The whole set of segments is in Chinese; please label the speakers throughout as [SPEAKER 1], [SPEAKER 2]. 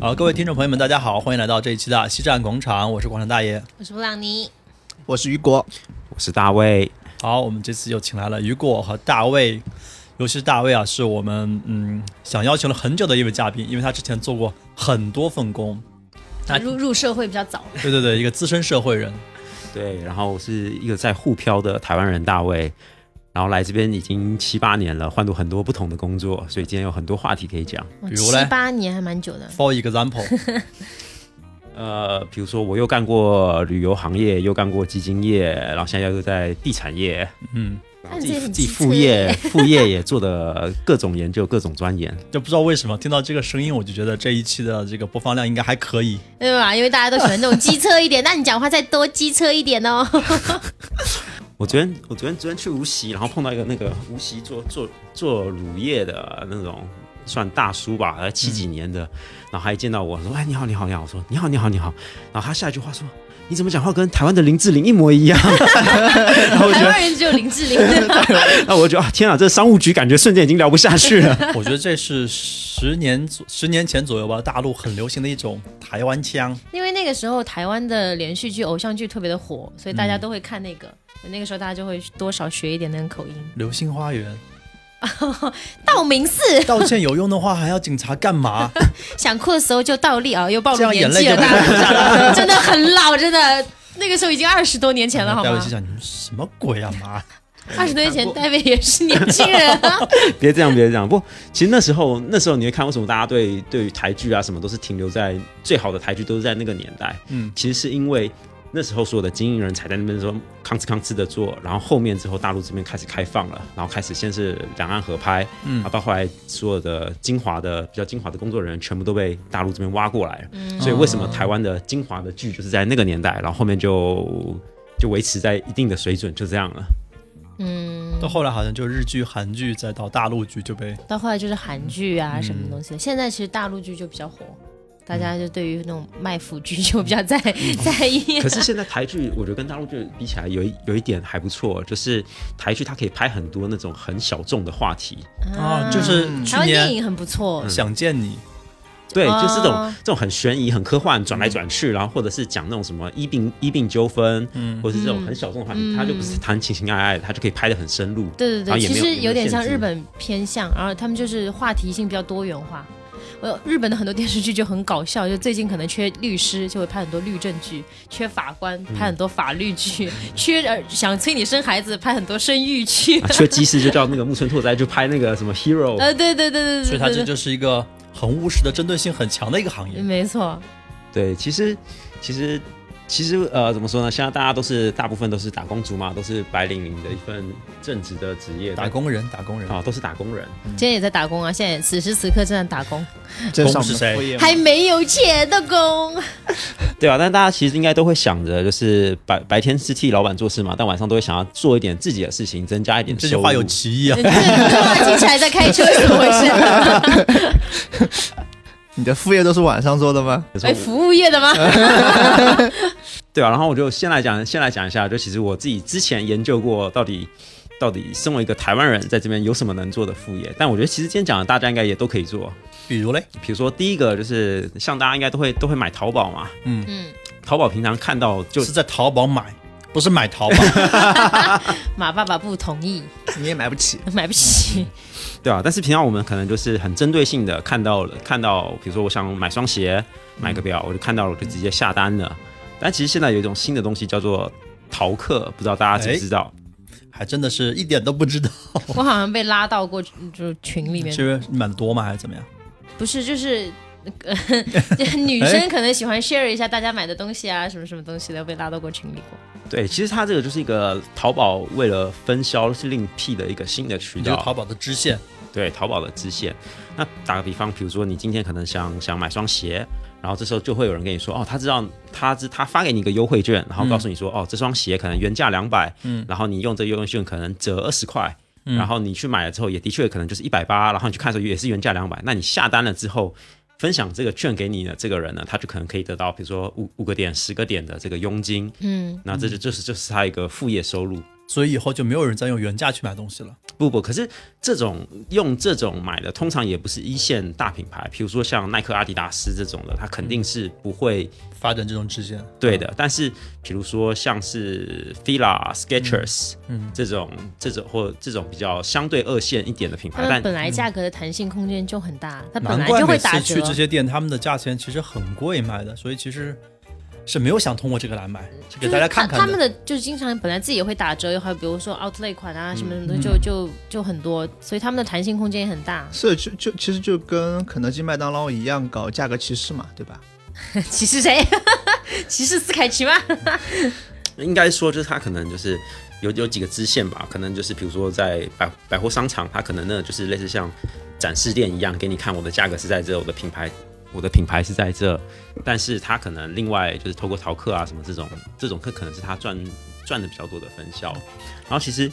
[SPEAKER 1] 好，各位听众朋友们，大家好，欢迎来到这一期的西站广场，我是广场大爷。
[SPEAKER 2] 我是布朗尼，
[SPEAKER 3] 我是雨果，
[SPEAKER 4] 我是大卫，
[SPEAKER 1] 好，我们这次又请来了雨果和大卫，尤其是大卫啊，是我们嗯想邀请了很久的一位嘉宾，因为他之前做过很多份工。那哎
[SPEAKER 2] 入入社会比较早，
[SPEAKER 1] 对对对，一个资深社会人，
[SPEAKER 4] 对，然后是一个在沪漂的台湾人大卫，然后来这边已经七八年了，换过很多不同的工作，所以今天有很多话题可以讲。
[SPEAKER 1] 比如嘞
[SPEAKER 2] 七八年还蛮久的。
[SPEAKER 1] ，for example，
[SPEAKER 4] 呃，比如说我又干过旅游行业，又干过基金业，然后现在又在地产业，
[SPEAKER 1] 嗯，
[SPEAKER 4] 然后
[SPEAKER 2] 那你
[SPEAKER 4] 自
[SPEAKER 2] 这
[SPEAKER 4] 己
[SPEAKER 2] 很
[SPEAKER 4] 自己
[SPEAKER 2] 机
[SPEAKER 4] 副
[SPEAKER 2] 车
[SPEAKER 4] 业副业也做的各种研究、各种钻研。
[SPEAKER 1] 就不知道为什么听到这个声音，我就觉得这一期的这个播放量应该还可 以。
[SPEAKER 2] 对吧？因为大家都喜欢那种机车一点，那 你讲话再多机车一 点哦。
[SPEAKER 4] 我昨天我昨天昨天去无锡，然后碰到一个那个无锡做做做乳业的那种算大叔吧，呃七几年的，然后他一见到我说：“哎，你好，你好，你好。”我说：“你好，你好，你好。”然后他下一句话说：“你怎么讲话跟台湾的林志玲一模一样
[SPEAKER 1] 哎
[SPEAKER 2] 台湾人只有林志玲，？”
[SPEAKER 4] 那我就觉得啊，天啊，这商务局感觉瞬间已经聊不下去了。
[SPEAKER 1] 我觉得这是十年左十年前左右吧，大陆很流行的一种台湾腔。
[SPEAKER 2] 因为那个时候台湾的连续剧、偶像剧特别的火，所以大
[SPEAKER 1] 嗯
[SPEAKER 2] 家都会看那个。那个时候大家就会多少学一点那个口音。
[SPEAKER 1] 流星花园，
[SPEAKER 2] 道明寺
[SPEAKER 1] 道歉有用的话还要警察干嘛？
[SPEAKER 2] 想哭的时候就倒立啊，又暴
[SPEAKER 1] 这
[SPEAKER 2] 露
[SPEAKER 1] 样
[SPEAKER 2] 年
[SPEAKER 1] 眼泪
[SPEAKER 2] 纪
[SPEAKER 1] 就
[SPEAKER 2] 了，
[SPEAKER 1] 不
[SPEAKER 2] 大
[SPEAKER 1] 流下来了。
[SPEAKER 2] 家 真的很老，真的。那个时候已经二十多年前了，好
[SPEAKER 1] 戴维
[SPEAKER 2] 吗
[SPEAKER 1] 心？想：你们什么鬼啊 妈！
[SPEAKER 2] 二十多年前，
[SPEAKER 3] 看过
[SPEAKER 2] 戴维也是年轻人啊。
[SPEAKER 4] 别这样，别这样。不，其实那时候那时候你会看为什么大家对对于台剧啊什么都是停留在最好的台剧都是在那个年代。
[SPEAKER 1] 嗯，
[SPEAKER 4] 其实是因为那时候所有的经营人才在那边说吭哧吭哧的做，然后后面之后大陆这边开始开放了，然后开始先是两岸合拍，
[SPEAKER 1] 嗯
[SPEAKER 4] 然后到后来所有的精华的比较精华的工作人员全部都被大陆这边挖过来了，所以为什么台湾的精华的剧就是在那个年代，然后后面就就维持在一定的水准，就这样了。
[SPEAKER 2] 嗯，
[SPEAKER 1] 到后来好像就日剧、韩剧，再到大陆剧就被
[SPEAKER 2] 到后来就是韩剧啊
[SPEAKER 1] 嗯
[SPEAKER 2] 什么东西的，现在其实大陆剧就比较火，大家就对于那种卖腐剧就比较在、 在意
[SPEAKER 4] 可。是现在台剧，我觉得跟大陆剧比起来有一有一点还不错，就是台剧它可以拍很多那种很小众的话题，
[SPEAKER 2] 哦
[SPEAKER 1] 啊，就是
[SPEAKER 3] 嗯
[SPEAKER 1] 去
[SPEAKER 2] 嗯台湾电
[SPEAKER 1] 年呃
[SPEAKER 2] 影很不错，
[SPEAKER 1] 想见你，
[SPEAKER 4] 对，就是这种、
[SPEAKER 2] 哦
[SPEAKER 4] 这种很悬疑、很科幻，转来转去，然后或者是讲那种什么医病医病纠纷，
[SPEAKER 1] 嗯
[SPEAKER 4] 或者是这种很小众的话题，它就不是谈情情爱爱，它就可以拍的很深入。
[SPEAKER 2] 嗯对对
[SPEAKER 4] 然
[SPEAKER 2] 对，
[SPEAKER 4] 后也
[SPEAKER 2] 其
[SPEAKER 4] 没有
[SPEAKER 2] 实有点像
[SPEAKER 4] 限制
[SPEAKER 2] 日本偏向，然后他们就是话题性比较多元化。呃，日本的很多电视剧就很搞笑，就最近可能缺律师，就会拍很多律政剧；缺法官，拍很多法律剧；缺呃想催你生孩子，拍很多生育 剧
[SPEAKER 4] 啊，。缺技师就叫那个木村拓哉，就拍那个什么 Hero，、
[SPEAKER 2] 呃，对对对对对对，
[SPEAKER 1] 所以它这
[SPEAKER 2] 对
[SPEAKER 1] 就是一个很务实的、针对性很强的一个行业。
[SPEAKER 2] 没错，
[SPEAKER 4] 对，其实其实其实呃，怎么说呢？现在大家都是大部分都是打工族嘛，都是白领领的一份正职的职业，
[SPEAKER 1] 打工人，打工人，
[SPEAKER 4] 啊、都是打工人。
[SPEAKER 2] 今天也在打工啊，现在此时此刻正在打工，
[SPEAKER 3] 介绍
[SPEAKER 1] 公
[SPEAKER 3] 我
[SPEAKER 1] 是
[SPEAKER 3] 们
[SPEAKER 1] 谁
[SPEAKER 3] 的副业吗
[SPEAKER 2] 还没有钱的工。
[SPEAKER 4] 对啊，但大家其实应该都会想着，就是白白天是替老板做事嘛，但晚上都会想要做一点自己的事情，增加一点
[SPEAKER 1] 这
[SPEAKER 4] 收入。
[SPEAKER 1] 句话有歧义啊
[SPEAKER 2] 这！这话听起来在开车，怎么回 事？
[SPEAKER 3] 你的副业都是晚上做的吗？
[SPEAKER 4] 有时候
[SPEAKER 2] 哎，服务业的吗？
[SPEAKER 4] 对啊，然后我就先来讲，先来讲一下，就其实我自己之前研究过，到底到底身为一个台湾人在这边有什么能做的副业，但我觉得其实今天讲的大家应该也都可以做，
[SPEAKER 1] 比如嘞，
[SPEAKER 4] 比如说第一个就是像大家应该都会都会买淘宝嘛，
[SPEAKER 2] 嗯，
[SPEAKER 4] 淘宝平常看到就是
[SPEAKER 1] 在淘宝买，不是买淘宝。
[SPEAKER 2] 马爸爸不同意，
[SPEAKER 3] 你也买不起，
[SPEAKER 2] 买
[SPEAKER 1] 嗯
[SPEAKER 2] 不起。
[SPEAKER 4] 对啊，但是平常我们可能就是很针对性的看到了，看到比如说我想买双鞋，买个表，我就看到了，我就直接下单了。但其实现在有一种新的东西叫做淘客，不知道大家知不知
[SPEAKER 1] 哎
[SPEAKER 4] 道？
[SPEAKER 1] 还真的是一点都不知道，
[SPEAKER 2] 我好像被拉到过就是群里面
[SPEAKER 1] 是，不是蛮多吗？还是怎么样？
[SPEAKER 2] 不是就是。呃 女生可能喜欢 share 一下大家买的东西啊，什么什么东西的，被拉到过群里过。
[SPEAKER 4] 对，其实它这个就是一个淘宝为了分销是另辟的一个新的渠
[SPEAKER 1] 你就是
[SPEAKER 4] 道
[SPEAKER 1] 淘，宝的支线，
[SPEAKER 4] 对淘宝的支线。那打个比方，比如说你今天可能想想买双鞋，然后这时候就会有人跟你说，哦，他知道他知他发给你一个优惠券，然后告诉你说，哦，这双鞋可能原价两百，嗯，然后你用这个优惠券可能折二十块。然后你去买了之后，也的确可能就是一百八，然后你去看的时候也是原价两百，那你下单了之后，分享这个券给你的这个人呢，他就可能可以得到比如说五五个点、十个点的这个佣金，
[SPEAKER 2] 嗯，
[SPEAKER 4] 那这就这是这是他一个副业收入。
[SPEAKER 1] 所以以后就没有人再用原价去买东西了。
[SPEAKER 4] 不不，可是这种用这种买的，通常也不是一线大品牌，比如说像耐克、阿迪达斯这种的，它肯定是不会
[SPEAKER 1] 发展这种支线，
[SPEAKER 4] 对的。但是比如说像是 fila、Skechers，嗯，这种这种或这种比较相对二线一点的品
[SPEAKER 1] 哎
[SPEAKER 2] 它
[SPEAKER 4] 牌，
[SPEAKER 2] 们
[SPEAKER 4] 但
[SPEAKER 2] 本来价格的弹性空间就很大，它本
[SPEAKER 1] 嗯难
[SPEAKER 2] 来
[SPEAKER 1] 怪
[SPEAKER 2] 就
[SPEAKER 1] 每
[SPEAKER 2] 会
[SPEAKER 1] 次
[SPEAKER 2] 打
[SPEAKER 1] 去这
[SPEAKER 2] 折。
[SPEAKER 1] 些店，他们的价钱其实很贵卖的，所以其实是没有想通过这个来买，就
[SPEAKER 2] 就
[SPEAKER 1] 给
[SPEAKER 2] 是
[SPEAKER 1] 大家看
[SPEAKER 2] 他他
[SPEAKER 1] 看
[SPEAKER 2] 们。的就是经常本来自己也会打折，又还有比如说 outlet 款啊
[SPEAKER 1] 嗯
[SPEAKER 2] 什么什么东西，就就就很多，所以他们的弹性空间也很大。
[SPEAKER 3] 是就就其实就跟肯德基、麦当劳一样搞价格歧视嘛，对吧？
[SPEAKER 2] 歧视谁？ 歧视斯凯奇吗？
[SPEAKER 4] 应该说就是它可能就是有有几个支线吧，可能就是比如说在百百货商场，它可能呢就是类似像展示店一样，给你看我的价格是在这，我的品牌。我的品牌是在这，但是它可能另外就是透过淘客啊什么这种，这种客可能是它赚赚的比较多的分销。然后其实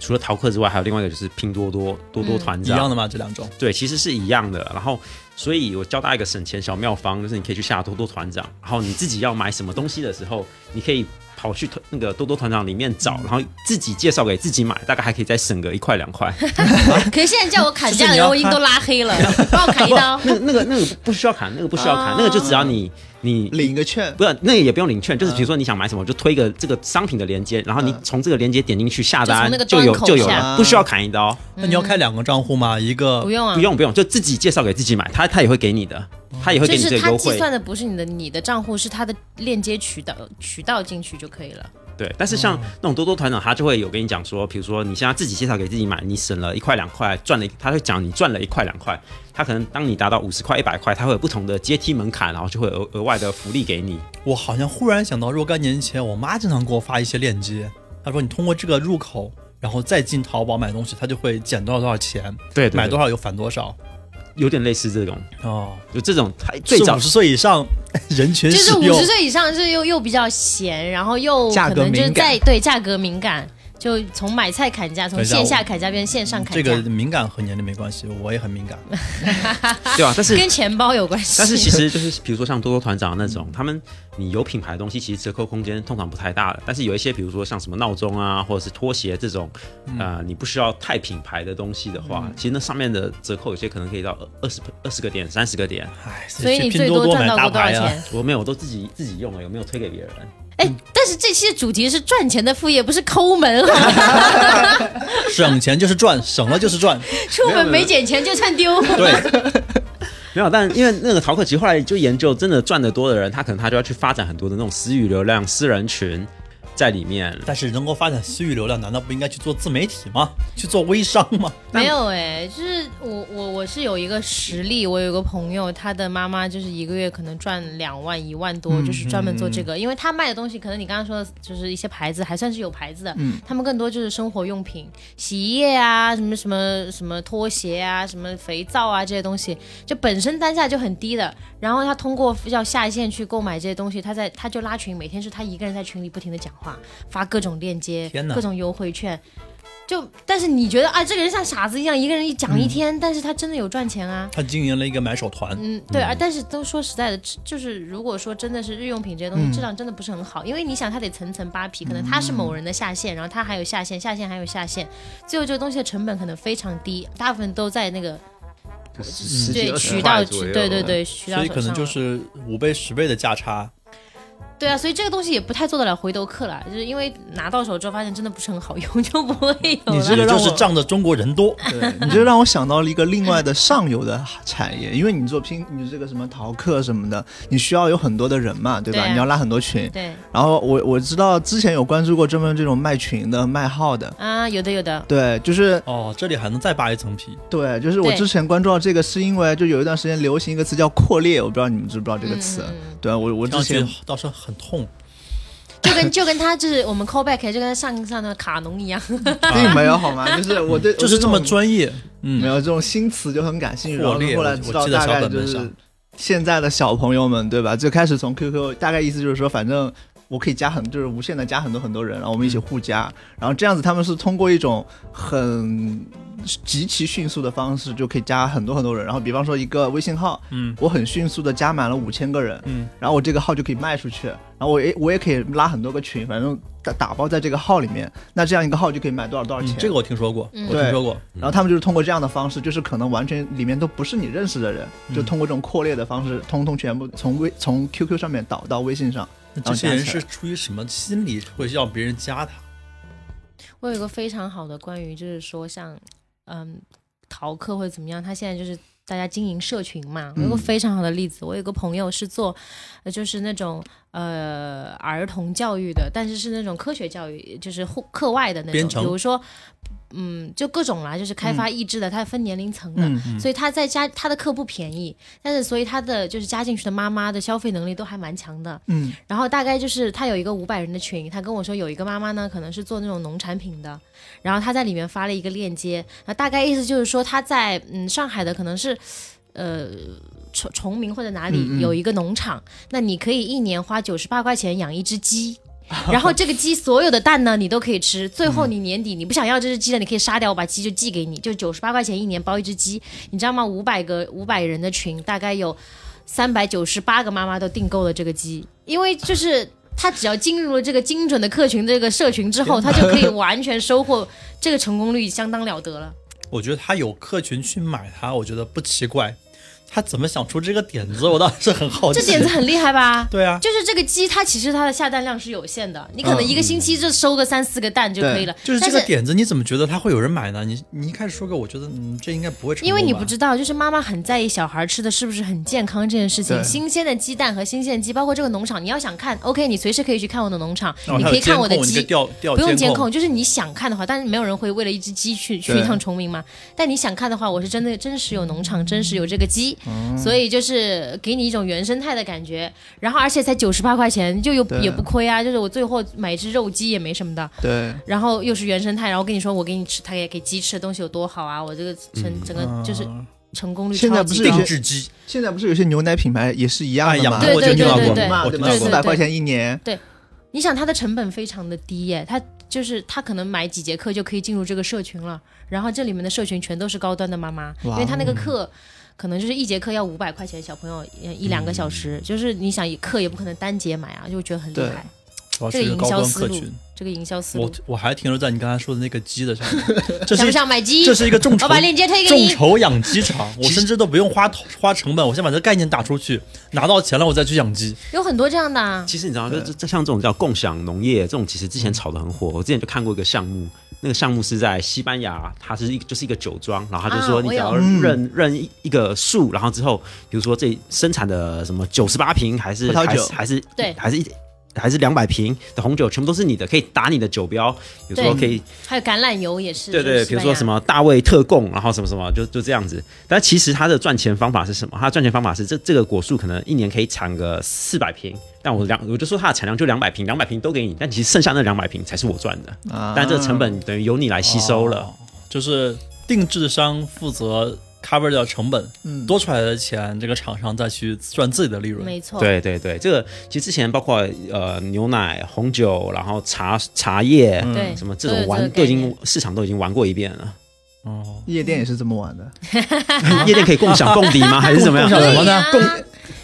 [SPEAKER 4] 除了淘客之外，还有另外一个就是拼多多多多团
[SPEAKER 1] 一
[SPEAKER 4] 长，
[SPEAKER 1] 样的嘛，这两种
[SPEAKER 4] 对，其实是一样的。然后，所以我教大家一个省钱小妙方，就是你可以去下多多团长，然后你自己要买什么东西的时候，你可以跑去团那个多多团长里面找，然后自己介绍给自己买，大概还可以再省个一块两块。
[SPEAKER 2] 可是现在叫我砍价
[SPEAKER 1] 就是
[SPEAKER 2] 的
[SPEAKER 1] 你要
[SPEAKER 2] 人，我已经都拉黑了，帮我砍一刀。
[SPEAKER 4] 那个那个那个不需要砍，那个不需要砍，那个就只要你你
[SPEAKER 3] 领个券，
[SPEAKER 4] 不是那个也不用领券，就是比如说你想买什么，我就推个这个商品的链接，然后你
[SPEAKER 3] 嗯
[SPEAKER 4] 从这个链接点进去下
[SPEAKER 2] 就
[SPEAKER 4] 单
[SPEAKER 2] 从那个
[SPEAKER 4] 就有
[SPEAKER 2] 端口
[SPEAKER 4] 就有
[SPEAKER 2] 下嗯
[SPEAKER 4] 了，不需要砍一刀，
[SPEAKER 1] 那你要开两个账户吗？一个
[SPEAKER 2] 不用啊，
[SPEAKER 4] 不用不用，就自己介绍给自己买，他他也会给你的，他也会
[SPEAKER 2] 嗯就
[SPEAKER 4] 给你这
[SPEAKER 2] 是
[SPEAKER 4] 个
[SPEAKER 2] 他
[SPEAKER 4] 优
[SPEAKER 2] 计
[SPEAKER 4] 惠。
[SPEAKER 2] 算的不是你的你的账户，是他的链接渠道渠道进去就可以了。
[SPEAKER 4] 对，但是像那种多多团长，他就会有跟你讲说，比如说你现在自己介绍给自己买，你省了一块两块，赚了一，他会讲你赚了一块两块。他可能当你达到五十块、一百块，他会有不同的阶梯门槛，然后就会有额额外的福利给你。
[SPEAKER 1] 我好像忽然想到，若干年前，我妈经常给我发一些链接，她说你通过这个入口，然后再进淘宝买东西，它就会减多少多少钱，
[SPEAKER 4] 对
[SPEAKER 1] 买多
[SPEAKER 4] 少
[SPEAKER 1] 少有返多少。
[SPEAKER 4] 有点类似这种，
[SPEAKER 1] 哦，
[SPEAKER 4] 就这种他最早
[SPEAKER 1] 五十岁以 上人群
[SPEAKER 2] 就是
[SPEAKER 1] 使
[SPEAKER 2] 五
[SPEAKER 1] 用
[SPEAKER 2] 十，岁以上是又又比较闲，然后又
[SPEAKER 3] 价
[SPEAKER 2] 可
[SPEAKER 3] 格
[SPEAKER 2] 能就是
[SPEAKER 3] 敏感
[SPEAKER 2] 在对价格敏感，就从买菜砍价，
[SPEAKER 1] 等
[SPEAKER 2] 从
[SPEAKER 1] 一下
[SPEAKER 2] 线下砍价变成线上砍
[SPEAKER 1] 这
[SPEAKER 2] 价，
[SPEAKER 1] 个敏感和年龄没关系，我也很敏 感。
[SPEAKER 4] 对啊吧、但是
[SPEAKER 2] 跟钱包有关系。
[SPEAKER 4] 但是其实就是嗯比如说像多多团长那种，他们你有品牌的东西，其实折扣空间通常不太大的。但是有一些比如说像什么闹钟啊，或者是拖鞋这种，呃，你不需要太品牌的东西的话，其实那上面的折扣有些可能可以到二十二十个点、三十个点。
[SPEAKER 1] 唉，
[SPEAKER 2] 所以
[SPEAKER 1] 去
[SPEAKER 2] 你
[SPEAKER 1] 拼
[SPEAKER 2] 最
[SPEAKER 1] 多
[SPEAKER 2] 多
[SPEAKER 1] 多
[SPEAKER 2] 赚
[SPEAKER 1] 买
[SPEAKER 2] 到
[SPEAKER 1] 大
[SPEAKER 2] 过多少
[SPEAKER 1] 牌啊
[SPEAKER 2] 钱？？
[SPEAKER 4] 我没有，我都自己自己用了，有没有推给别人？
[SPEAKER 2] 哎，但是这期的主题是赚钱的副业，不是抠门，啊好吗
[SPEAKER 1] 省钱就是赚，省了就是赚。
[SPEAKER 2] 出门没捡钱就算丢。
[SPEAKER 1] 对，
[SPEAKER 4] 没有，但因为那个淘客其实后来就研究，真的赚得多的人，他可能他就要去发展很多的那种私域流量、私人群在里面。
[SPEAKER 1] 但是能够发展私域流量，难道不应该去做自媒体吗？去做微商吗？
[SPEAKER 2] 没有哎、就是我我我是有一个实例，我有一个朋友，他的妈妈就是一个月可能赚两万一万多，就是专门做这个，因为他卖的东西可能你刚刚说的就是一些牌子还算是有牌子的，他们更多就是生活用品，洗衣液啊，什么什么什么拖鞋啊，什么肥皂啊这些东西，就本身单价就很低的，然后他通过要下线去购买这些东西，他在他就拉群，每天是他一个人在群里不停的讲话，发各种链接
[SPEAKER 1] 天，哪
[SPEAKER 2] 各种优惠券。就，但是你觉得啊，这个人像傻子一样，一个人一讲一
[SPEAKER 1] 嗯
[SPEAKER 2] 天，但是他真的有赚钱啊。
[SPEAKER 1] 他经营了一个买手团，
[SPEAKER 2] 嗯，对啊，但是都说实在的，这就是如果说真的是日用品这些东
[SPEAKER 1] 嗯
[SPEAKER 2] 西，质量真的不是很好，因为你想它得层层扒皮，可能它是某人的下线，然后它还有下线，下线还有下线，最后这个东西的成本可能非常低，大部分都在那个
[SPEAKER 4] 十
[SPEAKER 2] 对渠道渠，对对对渠道
[SPEAKER 1] 所以
[SPEAKER 2] 手
[SPEAKER 1] 可
[SPEAKER 2] 上
[SPEAKER 1] 能就
[SPEAKER 2] 了
[SPEAKER 1] 是五倍十倍的价差。
[SPEAKER 2] 对啊，所以这个东西也不太做得了回头客了，就是因为拿到手之后发现真的不是很好用，就不会有
[SPEAKER 1] 你
[SPEAKER 2] 了。
[SPEAKER 1] 这个就是仗着中国人 多，
[SPEAKER 3] 对，你就让我想到了一个另外的上游的产业，因为你做拼，你这个什么淘客什么的，你需要有很多的人嘛，对吧？
[SPEAKER 2] 对啊
[SPEAKER 3] 你要拉很多群。
[SPEAKER 2] 对
[SPEAKER 3] 然后我我知道之前有关注过专门这种卖群的、卖号的，
[SPEAKER 2] 啊，有的有的，
[SPEAKER 3] 对，就是
[SPEAKER 1] 哦，这里还能再扒一层皮，
[SPEAKER 3] 对，就是我
[SPEAKER 2] 对
[SPEAKER 3] 之前关注到这个，是因为就有一段时间流行一个词叫扩列，我不知道你们知不知道这个词。
[SPEAKER 2] 嗯嗯
[SPEAKER 3] 对啊，我我
[SPEAKER 1] 上
[SPEAKER 3] 之
[SPEAKER 1] 去
[SPEAKER 3] 前
[SPEAKER 1] 倒是很痛。
[SPEAKER 2] 就跟就跟他就是我们 callback 就跟他上上的卡农一样，
[SPEAKER 3] 并没有好吗？就是我对
[SPEAKER 1] 就是这么
[SPEAKER 3] 专。
[SPEAKER 1] 专业，嗯，
[SPEAKER 3] 没有这种新词就很感兴趣，然
[SPEAKER 1] 扩
[SPEAKER 3] 后
[SPEAKER 1] 列
[SPEAKER 3] 后来
[SPEAKER 1] 我
[SPEAKER 3] 知
[SPEAKER 1] 我
[SPEAKER 3] 道
[SPEAKER 1] 记得
[SPEAKER 3] 大
[SPEAKER 1] 小
[SPEAKER 3] 概
[SPEAKER 1] 本
[SPEAKER 3] 就
[SPEAKER 1] 本
[SPEAKER 3] 是
[SPEAKER 1] 上
[SPEAKER 3] 现在的小朋友们对吧？最开始从 QQ，大概意思就是说，反正我可以加很就是无限的加很多很多人，然后我们一起互
[SPEAKER 1] 嗯
[SPEAKER 3] 加，然后这样子他们是通过一种很极其迅速的方式就可以加很多很多人，然后比方说一个微信号，
[SPEAKER 1] 嗯
[SPEAKER 3] 我很迅速的加满了五千个人，
[SPEAKER 1] 嗯，
[SPEAKER 3] 然后我这个号就可以卖出去，然后我也我也可以拉很多个群，反正打打包在这个号里面，那这样一个号就可以卖多少多少
[SPEAKER 1] 嗯
[SPEAKER 3] 钱。
[SPEAKER 1] 这个我听说过，
[SPEAKER 2] 嗯
[SPEAKER 1] 我听说过，
[SPEAKER 3] 然后他们就是通过这样的方式，就是可能完全里面都不是你认识的人，
[SPEAKER 1] 嗯
[SPEAKER 3] 就通过这种扩列的方式，通通全部从微从 QQ 上面导到微信上。
[SPEAKER 1] 那这些人
[SPEAKER 3] 然后加起
[SPEAKER 1] 是
[SPEAKER 3] 来
[SPEAKER 1] 出于什么心理会让别人加他？
[SPEAKER 2] 我有一个非常好的关于，就是说像，嗯，逃课或者怎么样，他现在就是大家经营社群嘛。我有个
[SPEAKER 3] 嗯
[SPEAKER 2] 非常好的例子，我有个朋友是做，呃就是那种呃儿童教育的，但是是那种科学教育，就是户课外的那
[SPEAKER 1] 编
[SPEAKER 2] 种，
[SPEAKER 1] 程
[SPEAKER 2] 比如说，嗯，就各种啦，就是开发意志的，它分年龄层的。
[SPEAKER 3] 嗯
[SPEAKER 2] 所以他在家他的课不便宜，但是所以他的就是加进去的妈妈的消费能力都还蛮强的，
[SPEAKER 3] 嗯
[SPEAKER 2] 然后大概就是他有一个五百人的群，他跟我说有一个妈妈呢，可能是做那种农产品的，然后他在里面发了一个链接，那大概意思就是说他在嗯上海的可能是呃崇崇明或者哪里
[SPEAKER 3] 嗯嗯
[SPEAKER 2] 有一个农场，那你可以一年花九十八块钱养一只鸡。然后这个鸡所有的蛋呢，你都可以吃。最
[SPEAKER 3] 嗯
[SPEAKER 2] 后你年底你不想要这只鸡了，你可以杀掉，我把鸡就寄给你，就九十八块钱一年包一只鸡，你知道吗？五百个五百人的群，大概有三百九十八个妈妈都订购了这个鸡，因为就是他只要进入了这个精准的客群这个社群之后，他就可以完全收获这个成功率相当了得了。
[SPEAKER 1] 我觉得他有客群去买他，我觉得不奇怪。他怎么想出这个点子？我倒哦是很好奇。
[SPEAKER 2] 这点子很厉害吧？
[SPEAKER 1] 对啊，
[SPEAKER 2] 就是这个鸡，它其实它的下蛋量是有限的，你可能
[SPEAKER 3] 嗯
[SPEAKER 2] 一个星期就收个三四个蛋就可以了。
[SPEAKER 1] 就是
[SPEAKER 2] 但
[SPEAKER 1] 这个点子，你怎么觉得他会有人买呢？你你一开始说过，我觉得嗯，这应该不会成功
[SPEAKER 2] 因为你
[SPEAKER 1] 吧
[SPEAKER 2] 不知道，就是妈妈很在意小孩吃的是不是很健康这件事情。
[SPEAKER 3] 对
[SPEAKER 2] 新鲜的鸡蛋和新鲜的鸡，包括这个农场，你要想看，OK，你随时可以去看我的农场，
[SPEAKER 1] 然后
[SPEAKER 2] 你
[SPEAKER 1] 哦还有
[SPEAKER 2] 可以看我的
[SPEAKER 1] 监控你
[SPEAKER 2] 鸡
[SPEAKER 1] 可以，调调
[SPEAKER 2] 不用监
[SPEAKER 1] 哦监
[SPEAKER 2] 控，就是你想看的话，但是没有人会为了一只鸡去去
[SPEAKER 3] 对
[SPEAKER 2] 一趟崇明嘛。但你想看的话，我是真的真实有农场，真实有这个鸡，所以就是给你一种原生态的感觉。然后而且才九十八块钱，就又
[SPEAKER 3] 对
[SPEAKER 2] 也不亏啊。就是我最后买一只肉鸡也没什么的，
[SPEAKER 3] 对，
[SPEAKER 2] 然后又是原生态，然后跟你说我给你吃，它也给鸡吃的东西有多好啊，我这个整整个就是
[SPEAKER 1] 嗯
[SPEAKER 2] 成功率
[SPEAKER 3] 现在
[SPEAKER 2] 超
[SPEAKER 3] 不
[SPEAKER 2] 级
[SPEAKER 3] 是
[SPEAKER 2] 高
[SPEAKER 1] 定制机，
[SPEAKER 3] 现在不是有些牛奶品牌也是一样
[SPEAKER 1] 哎
[SPEAKER 3] 的
[SPEAKER 1] 呀
[SPEAKER 3] 嘛？
[SPEAKER 2] 对
[SPEAKER 1] 我就
[SPEAKER 2] 对
[SPEAKER 1] 听到
[SPEAKER 2] 对
[SPEAKER 1] 过，
[SPEAKER 2] 对
[SPEAKER 1] 我
[SPEAKER 3] 嘛，
[SPEAKER 1] 听
[SPEAKER 3] 吧
[SPEAKER 1] 到？
[SPEAKER 3] 四
[SPEAKER 1] 过。
[SPEAKER 3] 百块钱一年，
[SPEAKER 2] 你想它的成本非常的低耶，它就是它可能买几节课就可以进入这个社群了，然后这里面的社群全都是高端的妈妈，因
[SPEAKER 3] 哇哦
[SPEAKER 2] 为它那个课。可能就是一节课要五百块钱，小朋友呃一两个
[SPEAKER 4] 嗯
[SPEAKER 2] 小时，就是你想课也不可能单节买啊，就觉得很厉害。
[SPEAKER 1] 主要
[SPEAKER 2] 这个
[SPEAKER 1] 是
[SPEAKER 2] 营
[SPEAKER 1] 高
[SPEAKER 2] 销
[SPEAKER 1] 端
[SPEAKER 2] 思
[SPEAKER 1] 客
[SPEAKER 2] 路
[SPEAKER 1] 群。
[SPEAKER 2] 这个营销思路
[SPEAKER 1] 我，我还停留在你刚才说的那个鸡的上面， 这
[SPEAKER 2] 想
[SPEAKER 1] 是
[SPEAKER 2] 不
[SPEAKER 1] 一
[SPEAKER 2] 想买鸡
[SPEAKER 1] 这？是一个众筹
[SPEAKER 2] 我把链接推给
[SPEAKER 1] 众
[SPEAKER 2] 你。
[SPEAKER 1] 筹养鸡 场，我甚至都不用花投花成本，我先把这概念打出去，拿到钱了我再去养鸡。
[SPEAKER 2] 有很多这样的啊，
[SPEAKER 4] 其实你知道，这这这像这种叫共享农业，这种其实之
[SPEAKER 2] 嗯
[SPEAKER 4] 前炒得很火。我之前就看过一个项目，那个项目是在西班牙，它是一就是一个酒庄，然后他就
[SPEAKER 2] 啊
[SPEAKER 4] 说你只
[SPEAKER 2] 我
[SPEAKER 4] 要
[SPEAKER 2] 有
[SPEAKER 4] 认认一一个树，然后之后比如说这生产的什么九十八瓶还是
[SPEAKER 3] 葡萄
[SPEAKER 4] 还
[SPEAKER 3] 酒
[SPEAKER 4] 是还是
[SPEAKER 2] 对
[SPEAKER 4] 还是一。还是两百瓶的红酒，全部都是你的，可以打你的酒标，比如
[SPEAKER 2] 对
[SPEAKER 4] 说可以
[SPEAKER 2] 还有橄榄油也是。
[SPEAKER 4] 对
[SPEAKER 2] 就是
[SPEAKER 4] 对，
[SPEAKER 2] 西
[SPEAKER 4] 比如
[SPEAKER 2] 班
[SPEAKER 4] 说
[SPEAKER 2] 牙
[SPEAKER 4] 什么大卫特供，然后什么什么，就就这样子。但其实它的赚钱方法是什么？它的赚钱方法是这这个果树可能一年可以产个四百瓶，但我两我就说它的产量就两百瓶，两百瓶都给你，但其实剩下那两百瓶才是我赚的，
[SPEAKER 3] 啊
[SPEAKER 4] 但这个成本等于由你来吸收了。
[SPEAKER 1] 哦就是定制商负责 cover 掉成本，
[SPEAKER 3] 嗯
[SPEAKER 1] 多出来的钱这个厂商再去赚自己的利润。
[SPEAKER 2] 没错，
[SPEAKER 4] 对对对，这个其实之前包括呃牛奶、红酒，然后茶茶叶、
[SPEAKER 2] 对
[SPEAKER 4] 嗯什么这
[SPEAKER 2] 都有
[SPEAKER 4] 种玩
[SPEAKER 2] 个
[SPEAKER 4] 都已
[SPEAKER 2] 概念
[SPEAKER 4] 经市场都已经玩过一遍 了。
[SPEAKER 1] 哦，
[SPEAKER 3] 夜店也是这么玩的，
[SPEAKER 4] 夜店可以共享共敌吗？还是怎么样？
[SPEAKER 1] 共享
[SPEAKER 2] 对啊
[SPEAKER 1] 什么呢
[SPEAKER 2] 呀
[SPEAKER 3] 共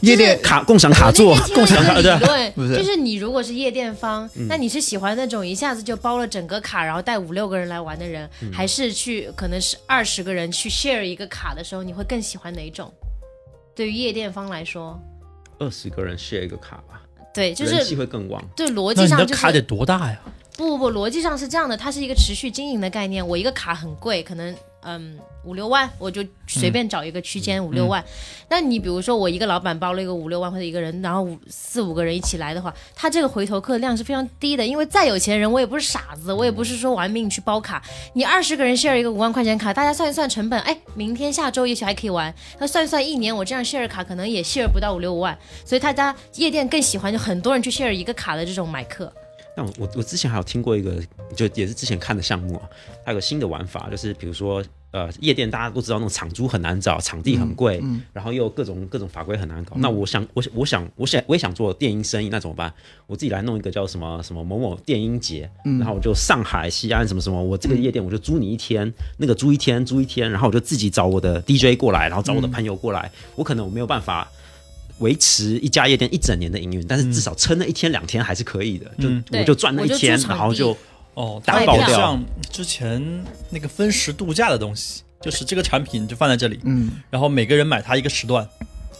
[SPEAKER 3] 夜
[SPEAKER 2] 就是
[SPEAKER 3] 店
[SPEAKER 4] 卡共享卡座
[SPEAKER 2] 我那，天
[SPEAKER 4] 共享
[SPEAKER 2] 听
[SPEAKER 4] 卡
[SPEAKER 2] 了一
[SPEAKER 4] 对嗯
[SPEAKER 2] 个理论，
[SPEAKER 3] 不是
[SPEAKER 2] 就是你如果是夜店方，那你是喜欢那种一下子就包了整个卡，然后带五六个人来玩的人，
[SPEAKER 4] 嗯
[SPEAKER 2] 还是去可能是二十个人去 share 一个卡的时候，你会更喜欢哪一种？对于夜店方来说，
[SPEAKER 4] 二十个人 share 一个卡吧，
[SPEAKER 2] 对，就
[SPEAKER 4] 人气
[SPEAKER 2] 是
[SPEAKER 4] 会更旺。
[SPEAKER 2] 对逻
[SPEAKER 1] 那
[SPEAKER 2] 辑
[SPEAKER 1] 你的
[SPEAKER 2] 上就
[SPEAKER 1] 卡得
[SPEAKER 2] 是
[SPEAKER 1] 多大呀？
[SPEAKER 2] 不不不，逻辑上是这样的，它是一个持续经营的概念。我一个卡很贵，可能嗯五六万，我就随便找一个区间五六万。那你比如说我一个老板包了一个五六万或者一个人，然后五四五个人一起来的话，他这个回头客量是非常低的，因为再有钱人我也不是傻子，我也不是说玩命去包卡。你二十个人 share 一个五万块钱卡，大家算一算成本，哎，明天下周也许还可以玩。那算一算一年，我这样 share 卡可能也 share 不到五六万，所以大家夜店更喜欢就很多人去 share 一个卡的这种买客。
[SPEAKER 4] 但我我我之前还有听过一个，就也是之前看的项目啊，还有个新的玩法，就是比如说呃，夜店大家都知道那种场租很难找，场地很贵，然后又各种各种法规很难搞。那我想，我我想我想我也想做电音生意，那怎么办？我自己来弄一个叫什么什么某某电音节，然后我就上海、西安什么什么，我这个夜店我就租你一天，那个租一天，租一天，然后我就自己找我的 DJ 过来，然后找我的朋友过来，我可能我没有办法。维持一家夜店一整年的营运，但是至少撑了一天两天还是可以的，就我
[SPEAKER 2] 对
[SPEAKER 4] 就赚那
[SPEAKER 2] 我
[SPEAKER 4] 一
[SPEAKER 2] 就租
[SPEAKER 4] 天，
[SPEAKER 2] 场
[SPEAKER 4] 然后
[SPEAKER 2] 地
[SPEAKER 4] 就
[SPEAKER 1] 哦，
[SPEAKER 4] 打
[SPEAKER 1] 它有
[SPEAKER 2] 爆
[SPEAKER 1] 点
[SPEAKER 4] 掉
[SPEAKER 1] 像之前那个分时度假的东西，就是这个产品就放在这里，
[SPEAKER 3] 嗯，
[SPEAKER 1] 然后每个人买它一个时段，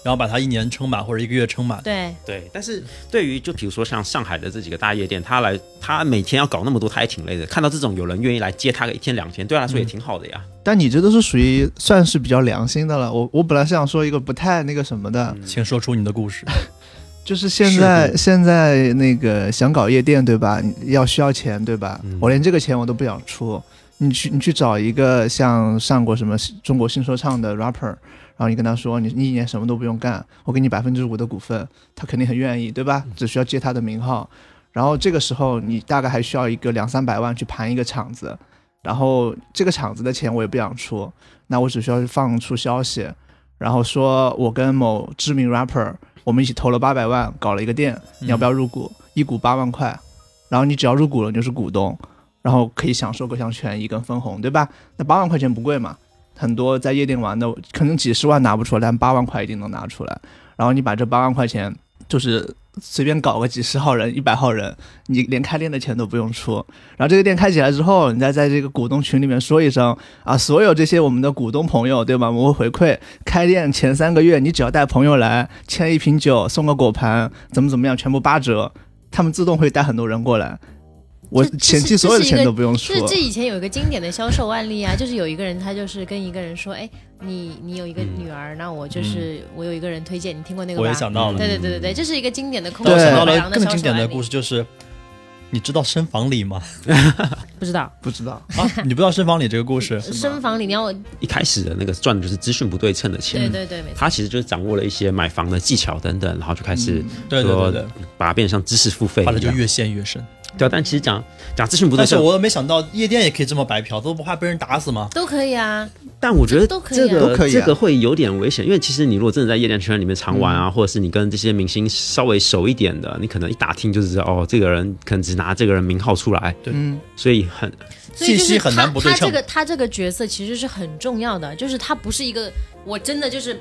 [SPEAKER 1] 然后把它一年撑满或者一个月撑满。
[SPEAKER 2] 对，
[SPEAKER 4] 对，但是对于就比如说像上海的这几个大夜店，他来他每天要搞那么多，他也挺累的。看到这种有人愿意来接他个一天两天，对他来说也
[SPEAKER 2] 嗯
[SPEAKER 4] 挺好的呀。
[SPEAKER 3] 但你这都是属于算是比较良心的了。我我本来是想说一个不太那个什么的，
[SPEAKER 1] 请说出你的故事。
[SPEAKER 3] 就是现在
[SPEAKER 4] 是
[SPEAKER 3] 现在那个想搞夜店对吧？你要需要钱对吧？
[SPEAKER 4] 嗯
[SPEAKER 3] 我连这个钱我都不想出。你去你去找一个像上过什么中国新说唱的 rapper，然后你跟他说你你一年什么都不用干，我给你百分之五的股份，他肯定很愿意对吧？只需要借他的名号，然后这个时候你大概还需要一个两三百万去盘一个场子，然后这个场子的钱我也不想出，那我只需要放出消息，然后说我跟某知名 rapper 我们一起投了八百万搞了一个店，你要不要入股？一股八万块，然后你只要入股了你就是股东，然后可以享受各项权益跟分红，对吧？那八万块钱不贵嘛，很多在夜店玩的可能几十万拿不出来，但八万块一定能拿出来。然后你把这八万块钱就是随便搞个几十号人、一百号人，你连开店的钱都不用出。然后这个店开起来之后，你再在这个股东群里面说一声啊，所有这些我们的股东朋友，对吧？我们会回馈开店前三个月，你只要带朋友来，签一瓶酒，送个果盘，怎么怎么样，全部八折，他们自动会带很多人过来。我
[SPEAKER 2] 这这是
[SPEAKER 3] 前期所有的
[SPEAKER 2] 这是一
[SPEAKER 3] 钱
[SPEAKER 2] 个
[SPEAKER 3] 都不用出
[SPEAKER 2] 这。这以前有一个经典的销售案例啊，就是有一个人他就是跟一个人说，哎，你你有一个女儿，那我就是、我有一个人推荐，你听过那个
[SPEAKER 1] 嗯我也
[SPEAKER 2] 吧？
[SPEAKER 1] 想到了，
[SPEAKER 2] 对对对对对，这是一个经典的空
[SPEAKER 1] 但
[SPEAKER 2] 手
[SPEAKER 1] 我想到
[SPEAKER 2] 白狼
[SPEAKER 1] 了嗯更
[SPEAKER 2] 销售
[SPEAKER 1] 经典的
[SPEAKER 2] 案例
[SPEAKER 1] 故事，就是你知道深房里 吗？
[SPEAKER 2] 不知道
[SPEAKER 3] 不知道，
[SPEAKER 1] 啊，你不知道深房里这个故事？
[SPEAKER 2] 深房里你要我
[SPEAKER 1] 嗯
[SPEAKER 4] 一开始的那个赚的就是资讯不对称的钱，
[SPEAKER 2] 对对对，没错，
[SPEAKER 4] 他其实就是掌握了一些买房的技巧等等，然后就开始
[SPEAKER 2] 嗯
[SPEAKER 1] 对对对对，
[SPEAKER 4] 把它变成像知识付费
[SPEAKER 1] 后来
[SPEAKER 4] 一
[SPEAKER 1] 就
[SPEAKER 4] 样。
[SPEAKER 1] 越陷越深。
[SPEAKER 4] 对啊，但其实讲讲资讯不对
[SPEAKER 1] 但是
[SPEAKER 4] 称，
[SPEAKER 1] 我没想到夜店也可以这么白嫖，都不怕被人打死吗？
[SPEAKER 2] 都可以啊。
[SPEAKER 4] 但我觉得
[SPEAKER 2] 这都可以
[SPEAKER 4] 这
[SPEAKER 2] 啊
[SPEAKER 4] 个
[SPEAKER 3] 都可以啊
[SPEAKER 4] 这个会有点危险，因为其实你如果真的在夜店圈里面常玩
[SPEAKER 2] 嗯
[SPEAKER 4] 啊，或者是你跟这些明星稍微熟一点的，你可能一打听就知道哦，这个人可能只拿这个人名号出来，
[SPEAKER 3] 嗯，
[SPEAKER 4] 所以很
[SPEAKER 2] 所以就
[SPEAKER 1] 信息
[SPEAKER 2] 是
[SPEAKER 1] 很
[SPEAKER 2] 他
[SPEAKER 1] 难不对
[SPEAKER 2] 他
[SPEAKER 1] 称
[SPEAKER 2] 这个他这个角色其实是很重要的，就是他不是一个我真的就是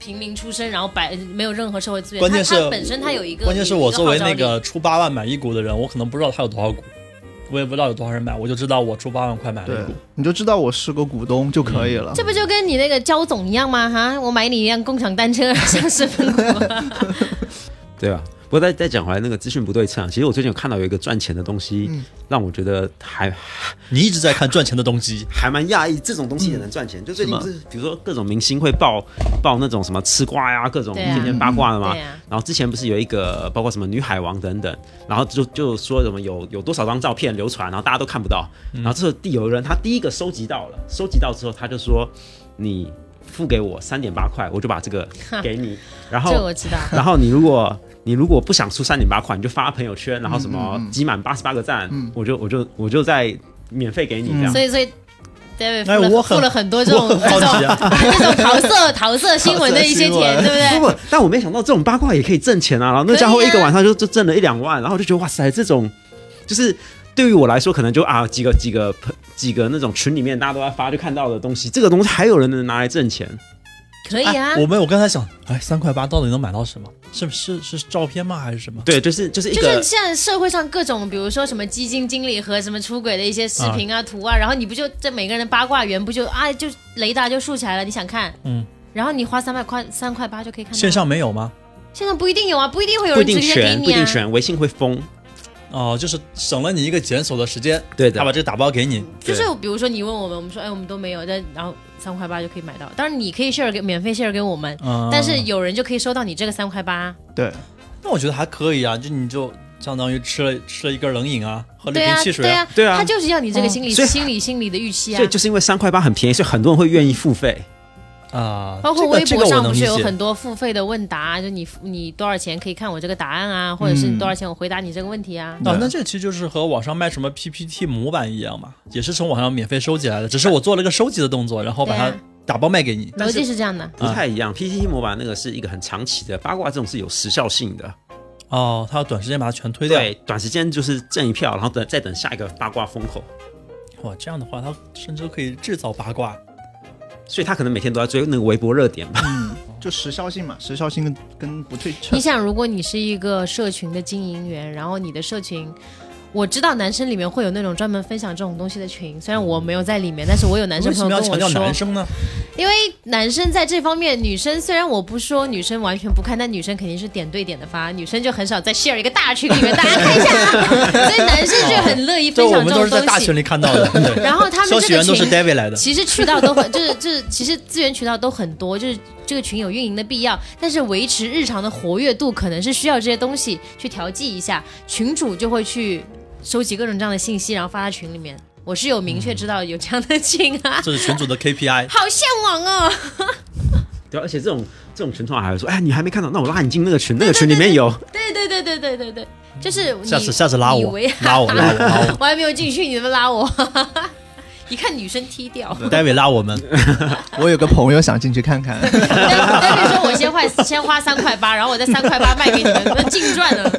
[SPEAKER 2] 平民出身，然后白没有任何社会资源。
[SPEAKER 1] 关键
[SPEAKER 2] 他
[SPEAKER 1] 是
[SPEAKER 2] 他本身他有一个，
[SPEAKER 1] 关键是我作为那
[SPEAKER 2] 有一号召
[SPEAKER 1] 个
[SPEAKER 2] 力
[SPEAKER 1] 出八万买一股的人，我可能不知道他有多少股，我也不知道有多少人买，我就知道我出八万块买了
[SPEAKER 3] 对
[SPEAKER 1] 一股。，
[SPEAKER 3] 你就知道我是个股东就可以了。
[SPEAKER 2] 嗯这不就跟你那个焦总一样吗？哈，我买你一辆共享单车上市分股，
[SPEAKER 4] 对吧？不过再再讲回来，那个资讯不对称啊，其实我最近有看到有一个赚钱的东西，让我觉得还
[SPEAKER 1] 你一直在看赚钱的东西，
[SPEAKER 4] 还蛮讶异，这种东西也能赚钱。就最近不是，比如说各种明星会报报那种什么吃瓜呀，各种
[SPEAKER 2] 对啊
[SPEAKER 4] 天天八卦的嘛。
[SPEAKER 2] 对啊呀、
[SPEAKER 4] 然后之前不是有一个包括什么女海王等等，然后就就说什么有有多少张照片流传，然后大家都看不到。然后这时候第有人他第一个收集到了，收集到之后他就说你付给我三点八块，我就把 这个给你。然
[SPEAKER 2] 这
[SPEAKER 4] 后
[SPEAKER 2] 我知道。
[SPEAKER 4] 然后你如果你如果不想出三点八块，你就发朋友圈，然后什
[SPEAKER 2] 嗯
[SPEAKER 4] 么集满八十八个赞，我就我就我就再免费给你这样。
[SPEAKER 2] 所以所以 David 付
[SPEAKER 1] 哎
[SPEAKER 2] 了、
[SPEAKER 1] 我很
[SPEAKER 2] 付了很多这
[SPEAKER 1] 我
[SPEAKER 2] 种
[SPEAKER 1] 很好奇啊。
[SPEAKER 2] 这种桃色桃色新闻的一些
[SPEAKER 3] 桃色新
[SPEAKER 2] 钱，
[SPEAKER 3] 闻
[SPEAKER 2] 对不啊对？
[SPEAKER 4] 不不，但我没想到这种八卦也可以挣钱啊！然后那家伙
[SPEAKER 2] 可以啊
[SPEAKER 4] 一个晚上就就挣了一两万，然后我就觉得哇塞，这种就是对于我来说，可能就啊几个几个朋几个那种群里面大家都在发就看到的东西，这个东西还有人能拿来挣钱，
[SPEAKER 2] 可 以啊，
[SPEAKER 1] 我们我刚才想，哎，三块八到底能买到什么？是不是是照片吗？还是什么？
[SPEAKER 4] 对，就是就是一
[SPEAKER 2] 就
[SPEAKER 4] 个
[SPEAKER 2] 是现在社会上各种，比如说什么基金经理和什么出轨的一些视频啊、图啊，然后你不就这每个人的八卦源不就啊就雷达就竖起来了？你想看，
[SPEAKER 1] 嗯，
[SPEAKER 2] 然后你花三百块三块八就可以看到。
[SPEAKER 1] 线上没有吗？
[SPEAKER 2] 线上不一定有啊，不一定会有
[SPEAKER 4] 不一
[SPEAKER 2] 人
[SPEAKER 4] 定
[SPEAKER 2] 直接给
[SPEAKER 4] 全不
[SPEAKER 2] 你
[SPEAKER 4] 一定
[SPEAKER 2] 啊。
[SPEAKER 4] 全，微信会封，
[SPEAKER 1] 哦、就是省了你一个检索的时间，
[SPEAKER 4] 对
[SPEAKER 1] 他把
[SPEAKER 2] 啊
[SPEAKER 4] 的，
[SPEAKER 1] 这个打包给你。
[SPEAKER 2] 就是比如说你问我们，我们说哎我们都没有，但然后三块八就可以买到。当然你可以 share 给免费 share 给我们，
[SPEAKER 1] 嗯，啊
[SPEAKER 2] 但是有人就可以收到你这个三块八。
[SPEAKER 3] 对，
[SPEAKER 1] 那我觉得还可以啊，就你就相当于吃了吃了一根冷饮啊，喝了
[SPEAKER 2] 对
[SPEAKER 1] 一瓶
[SPEAKER 2] 啊，
[SPEAKER 1] 汽水
[SPEAKER 2] 对啊，
[SPEAKER 4] 对啊
[SPEAKER 2] 他就是要你这个心理
[SPEAKER 4] 所以
[SPEAKER 2] 心理心理的预期啊
[SPEAKER 4] 所以。就是因为三块八很便宜，所以很多人会愿意付费。
[SPEAKER 1] 啊，
[SPEAKER 2] 包括
[SPEAKER 1] 这个
[SPEAKER 2] 微
[SPEAKER 1] 这
[SPEAKER 2] 博
[SPEAKER 1] 个我
[SPEAKER 2] 上
[SPEAKER 1] 能
[SPEAKER 2] 不
[SPEAKER 1] 理
[SPEAKER 2] 是有
[SPEAKER 1] 解
[SPEAKER 2] 很多付费的问答，就你你多少钱可以看我这个答案啊，或者是你多少钱我回答你这个问题啊。
[SPEAKER 1] 啊
[SPEAKER 3] 对，
[SPEAKER 1] 那这其实就是和网上卖什么 PPT 模板一样嘛，也是从网上免费收集来的，只是我做了个收集的动作，然后把它
[SPEAKER 2] 对啊
[SPEAKER 1] 打包卖给你。
[SPEAKER 2] 逻辑是这样的，
[SPEAKER 1] 啊
[SPEAKER 4] 不太一样。PPT 模板那个是一个很长期的，八卦这种是有时效性的，
[SPEAKER 1] 哦，他要短时间把它全推掉。
[SPEAKER 4] 对，短时间就是挣一票，然后等再等下一个八卦风口，
[SPEAKER 1] 哇，这样的话，他甚至都可以制造八卦。
[SPEAKER 4] 所以他可能每天都在追那个微博热点吧。
[SPEAKER 3] 就时效性嘛，时效性跟跟不对称
[SPEAKER 2] 你。想，如果你是一个社群的经营员，然后你的社群。我知道男生里面会有那种专门分享这种东西的群，虽然我没有在里面，但是我有男生
[SPEAKER 1] 为什
[SPEAKER 2] 朋
[SPEAKER 1] 么
[SPEAKER 2] 友
[SPEAKER 1] 要
[SPEAKER 2] 跟我
[SPEAKER 1] 强调
[SPEAKER 2] 说，
[SPEAKER 1] 男生呢？
[SPEAKER 2] 因为男生在这方面，女生虽然我不说女生完全不看，但女生肯定是点对点的发，女生就很少在 share 一个大群里面大家看一下啊， 所以男生就很乐意
[SPEAKER 1] 这
[SPEAKER 2] 分
[SPEAKER 1] 我
[SPEAKER 2] 享
[SPEAKER 1] 们
[SPEAKER 2] 这
[SPEAKER 1] 都
[SPEAKER 2] 种
[SPEAKER 1] 是在大
[SPEAKER 2] 东
[SPEAKER 1] 群
[SPEAKER 2] 西。
[SPEAKER 1] 里看 到的。对
[SPEAKER 2] 然后他
[SPEAKER 1] 消
[SPEAKER 2] 们
[SPEAKER 1] 息
[SPEAKER 2] 这个
[SPEAKER 1] 源都是
[SPEAKER 2] 群
[SPEAKER 1] David 来的。
[SPEAKER 2] 其实渠道都很， 就是这其实资源渠道都很多，就是这个群有运营的必要，但是维持日常的活跃度可能是需要这些东西去调剂一下，群主就会去收集各种这样的信息，然后发到群里面。我是有明确知道有这样的群啊，
[SPEAKER 1] 这是群主的 KPI，
[SPEAKER 2] 好向往哦。
[SPEAKER 4] 对啊，而且这种这种群通常还会说，哎，你还没看到，那我拉你进那个群，那个群里面 有。
[SPEAKER 2] 对对对对对对对，就是你
[SPEAKER 1] 下次下次拉
[SPEAKER 2] 以
[SPEAKER 1] 我
[SPEAKER 2] 为，
[SPEAKER 1] 拉我，拉我，拉 我
[SPEAKER 2] 我还没有进去，你们拉我， 一看女生 踢掉。
[SPEAKER 1] ，David 拉我们。
[SPEAKER 3] 我有个朋友想进去 看看，
[SPEAKER 2] 但比如说我先花先花三块八，然后我再三块八卖给你们，那净赚了。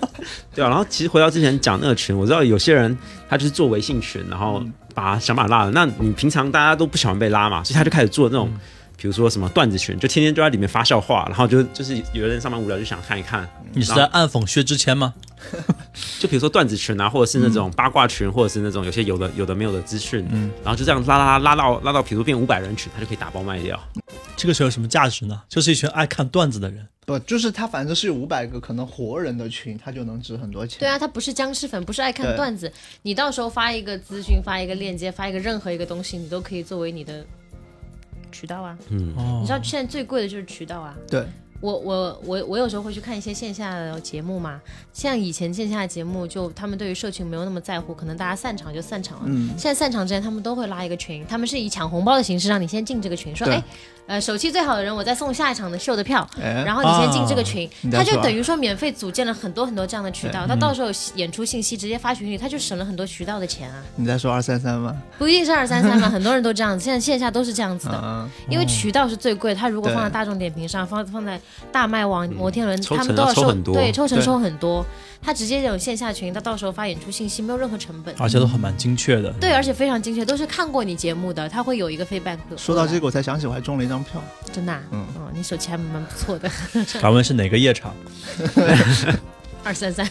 [SPEAKER 4] 对啊，然后其实回到之前讲那个群，我知道有些人他就是做微信群，然后
[SPEAKER 1] 嗯
[SPEAKER 4] 把想把他拉了。那你平常大家都不喜欢被拉嘛，所以他就开始做那种，
[SPEAKER 1] 嗯
[SPEAKER 4] 比如说什么段子群，就天天就在里面发笑话，然后就就是有的人上班无聊就想看一看，
[SPEAKER 1] 你是在暗讽薛之谦吗？
[SPEAKER 4] 就比如说段子群啊，或者是那种八卦群，或者是那种有些有的有的没有的资讯，然后就这样拉拉拉拉到拉到，比如说变五百人群，他就可以打包卖掉。
[SPEAKER 1] 这个群有什么价值呢？就是一群爱看段子的人。
[SPEAKER 3] 不就是他反正是有五百个可能活人的群，他就能值很多钱。
[SPEAKER 2] 对啊，他不是僵尸粉，不是爱看
[SPEAKER 3] 对
[SPEAKER 2] 段子。你到时候发一个资讯，发一个链接，发一个任何一个东西，你都可以作为你的渠道啊。
[SPEAKER 4] 嗯，
[SPEAKER 1] 哦
[SPEAKER 2] 你知道现在最贵的就是渠道啊。
[SPEAKER 3] 对，
[SPEAKER 2] 我我我我有时候会去看一些线下的节目嘛，像以前线下的节目，就他们对于社群没有那么在乎，可能大家散场就散场了。啊
[SPEAKER 3] 嗯，
[SPEAKER 2] 现在散场之前，他们都会拉一个群，他们是以抢红包的形式让你先进这个群，说
[SPEAKER 3] 对
[SPEAKER 2] 哎，呃，手气最好的人，我再送下一场的秀的票，
[SPEAKER 3] 哎，
[SPEAKER 2] 然后你先进这个群，
[SPEAKER 3] 你
[SPEAKER 2] 他
[SPEAKER 3] 在
[SPEAKER 2] 就
[SPEAKER 3] 说
[SPEAKER 2] 等于说免费组建了很多很多这样的渠道，他到时候有演出信息直接发群里，他就省了很多渠道的钱啊，
[SPEAKER 3] 你在说二三三吗？
[SPEAKER 2] 不一定是二三三嘛，很多人都这样子，现在线下都是这样子的，
[SPEAKER 3] 啊，
[SPEAKER 2] 因为渠道是最贵，它如果
[SPEAKER 3] 对
[SPEAKER 2] 放在大众点评上，放放在大麦网、摩天轮，
[SPEAKER 4] 抽
[SPEAKER 2] 他们
[SPEAKER 4] 成
[SPEAKER 2] 都
[SPEAKER 4] 要
[SPEAKER 2] 要
[SPEAKER 4] 抽
[SPEAKER 2] 收
[SPEAKER 4] 很多
[SPEAKER 2] 对，抽成
[SPEAKER 3] 对
[SPEAKER 2] 收很多。它直接有线下群，它到时候发演出信息，没有任何成本。
[SPEAKER 1] 而且都很蛮精确的。
[SPEAKER 2] 对，而且非常精确，都是看过你节目的，他会有一个 feedback 回来。
[SPEAKER 3] 说到这个，我才想起我还中了一张票，
[SPEAKER 2] 真的、啊，嗯
[SPEAKER 3] 嗯
[SPEAKER 2] 你手气还蛮不错的，
[SPEAKER 1] 敢问是哪个夜场？
[SPEAKER 2] 二三三。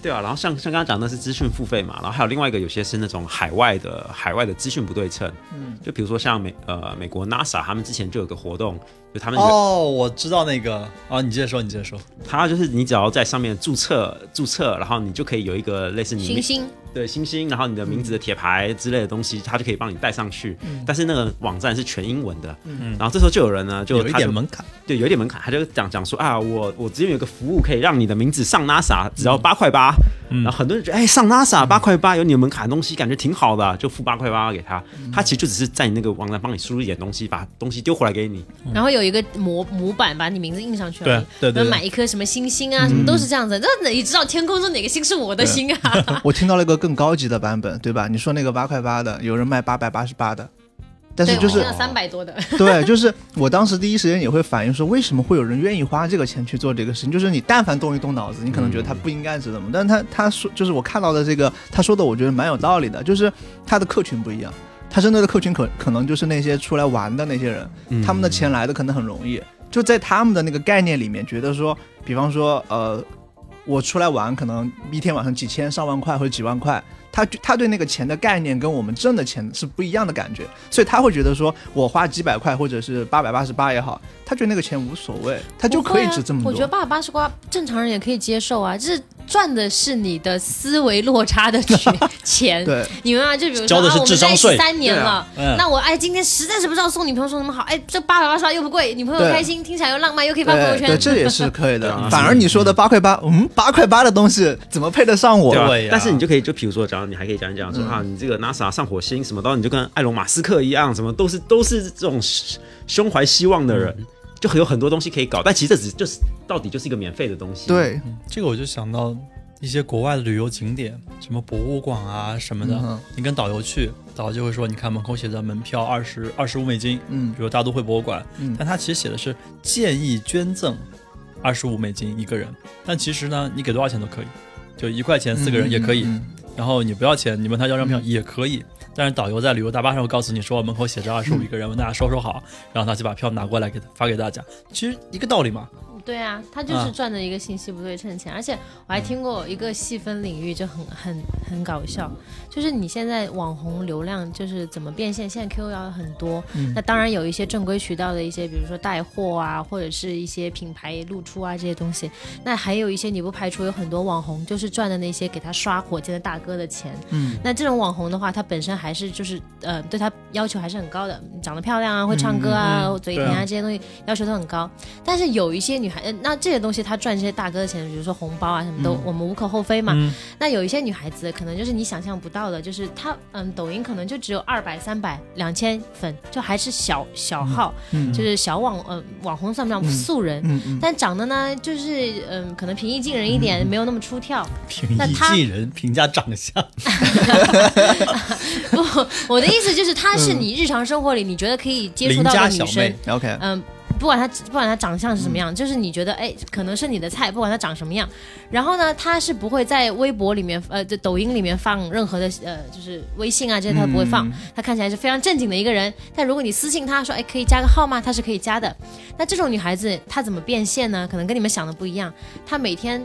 [SPEAKER 4] 对啊，然后像像刚刚讲的是资讯付费嘛，然后还有另外一个有些是那种海外的海外的资讯不对称，嗯，就比如说像美呃美国 NASA 他们之前就有个活动，就他们有、
[SPEAKER 1] 哦，我知道那个啊，你接着说，你接着说。
[SPEAKER 4] 他就是你只要在上面注册注册，然后你就可以有一个类似你
[SPEAKER 2] 星
[SPEAKER 4] 名
[SPEAKER 2] 星，
[SPEAKER 4] 对星星，然后你的名字的铁牌之类的东西，他就可以帮你带上去，但是那个网站是全英文的，嗯，然后这时候就有人呢就
[SPEAKER 1] 有一
[SPEAKER 4] 他就
[SPEAKER 1] 点门槛，
[SPEAKER 4] 对，有一点门槛，他就讲讲说啊，我我之前有个服务可以让你的名字上 NASA，只
[SPEAKER 1] 嗯
[SPEAKER 4] 要八块八、然后很多人觉得哎、上 NASA 八块八有你的门槛的东西，感觉挺好的啊，就付八块八给他，
[SPEAKER 1] 嗯
[SPEAKER 4] 他其实就只是在你那个网站帮你输入一点东西，把东西丢回来给你，
[SPEAKER 2] 然后有一个模模板把你名字印上去
[SPEAKER 1] 嗯对
[SPEAKER 2] 而已。
[SPEAKER 1] 对嗯对
[SPEAKER 2] 然
[SPEAKER 1] 对
[SPEAKER 2] 后买一颗什么星星啊，什么都是这样子。那你知道天空中哪个星是我的星啊？
[SPEAKER 3] 我听到了一个更高级的版本，对吧？你说那个八块八的，有人卖八百八十八的，但
[SPEAKER 2] 对，
[SPEAKER 3] 是
[SPEAKER 2] 我
[SPEAKER 3] 就是
[SPEAKER 2] 听到三百多的。
[SPEAKER 3] 对，就是我当时第一时间也会反应说，为什么会有人愿意花这个钱去做这个事情？就是你但凡动一动脑子，你可能觉得他不应该是怎么，但是他他说就是我看到的这个他说的，我觉得蛮有道理的，就是他的客群不一样。他真的的客群可可能就是那些出来玩的那些人，他们的钱来的可能很容易，就在他们的那个概念里面，觉得说，比方说，呃，我出来玩可能一天晚上几千、上万块或者几万块，他就他对那个钱的概念跟我们挣的钱是不一样的感觉，所以他会觉得说我花几百块或者是八百八十八也好，他觉得那个钱无所谓，他就可以值这么
[SPEAKER 2] 不会啊我觉得
[SPEAKER 3] 多。
[SPEAKER 2] 八百八十八正常人也可以接受啊，这是赚的是你的思维落差的钱 钱，
[SPEAKER 3] 对，
[SPEAKER 2] 你明白吗？就比如说
[SPEAKER 1] 交的
[SPEAKER 2] 啊，
[SPEAKER 1] 是
[SPEAKER 2] 我
[SPEAKER 1] 智
[SPEAKER 2] 们在
[SPEAKER 1] 商
[SPEAKER 2] 一
[SPEAKER 1] 税
[SPEAKER 2] 起三年了，
[SPEAKER 1] 对啊嗯
[SPEAKER 2] 那我哎今天实在是不知道送女朋友送什么好，哎这八百八十八又不贵，女朋友
[SPEAKER 3] 对
[SPEAKER 2] 开心，听起来又浪漫，又可以发朋友
[SPEAKER 3] 对对，
[SPEAKER 2] 圈，
[SPEAKER 3] 这也是可以
[SPEAKER 4] 对啊
[SPEAKER 3] 的。反而你说的八块八，嗯，八块八的东西怎么配得上我？
[SPEAKER 4] 吧
[SPEAKER 1] 哦对呀啊嗯
[SPEAKER 4] 但是你就可以，就比如说，假如你还可以讲一讲说、啊，你这个 NASA 上火星什么，然后你就跟埃隆马斯克一样，什么都是都是这种胸怀希望的
[SPEAKER 1] 嗯
[SPEAKER 4] 人，就很有很多东西可以搞。但其实这只就是到底就是一个免费的东西。，
[SPEAKER 3] 对，嗯
[SPEAKER 1] 这个我就想到一些国外的旅游景点，什么博物馆啊什么的，
[SPEAKER 3] 嗯哼
[SPEAKER 1] 你跟导游去，导游就会说，你看门口写的门票二十二十五美金，
[SPEAKER 3] 嗯
[SPEAKER 1] 比如大都会博物馆，
[SPEAKER 3] 嗯
[SPEAKER 1] 但他其实写的是建议捐赠二十五美金一个人，但其实呢，你给多少钱都可以，就一块钱四个人也可以，
[SPEAKER 3] 嗯嗯嗯
[SPEAKER 1] 然后你不要钱，你问他要张票也可以。但是导游在旅游大巴上会告诉你说，门口写着二 十五一个人，问大家收收好，然后他就把票拿过来给发给大家，其实一个道理嘛。
[SPEAKER 2] 对啊，他就是
[SPEAKER 1] 啊
[SPEAKER 2] 赚的一个信息不对称钱，而且我还听过一个细分领域就很很很搞笑，就是你现在网红流量就是怎么变现，现在 KOL 很多，
[SPEAKER 1] 嗯
[SPEAKER 2] 那当然有一些正规渠道的一些，比如说带货啊，或者是一些品牌露出啊这些东西，那还有一些你不排除有很多网红就是赚的那些给他刷火箭的大哥的钱，
[SPEAKER 3] 嗯，
[SPEAKER 2] 那这种网红的话，他本身还是就是呃，对他要求还是很高的，长得漂亮啊，会唱歌啊，
[SPEAKER 1] 嗯嗯
[SPEAKER 2] 嘴甜啊
[SPEAKER 1] 对啊
[SPEAKER 2] 这些东西要求都很高。但是有一些女孩，呃那这些东西她赚这些大哥的钱，比如说红包啊什么都，我们无可厚非嘛。
[SPEAKER 1] 嗯
[SPEAKER 2] 那有一些女孩子可能就是你想象不到的，就是她嗯，抖音可能就只有二百、三百、两千粉，就还是小小号，
[SPEAKER 3] 嗯
[SPEAKER 2] 就是小网呃网红算不上
[SPEAKER 3] 嗯
[SPEAKER 2] 素人。
[SPEAKER 3] 嗯嗯，
[SPEAKER 2] 但长得呢，就是嗯、可能平易近人一点，没有那么出挑。
[SPEAKER 1] 平
[SPEAKER 2] 那
[SPEAKER 1] 易
[SPEAKER 2] 他
[SPEAKER 1] 近人，评价长相。
[SPEAKER 2] 不，我的意思就是，她是你日常生活里你觉得可以接触到的女
[SPEAKER 1] 邻家小妹
[SPEAKER 2] 生，
[SPEAKER 3] OK，
[SPEAKER 2] 嗯。不管她不管她长相是什么样，就是你觉得哎，可能是你的菜，不管她长什么样。然后呢，她是不会在微博里面，呃，就抖音里面放任何的，呃，就是微信啊这些她不会放。她看起来是非常正经的一个人，但如果你私信她说，哎，可以加个号吗？她是可以加的。那这种女孩子她怎么变现呢？可能跟你们想的不一样。她每天，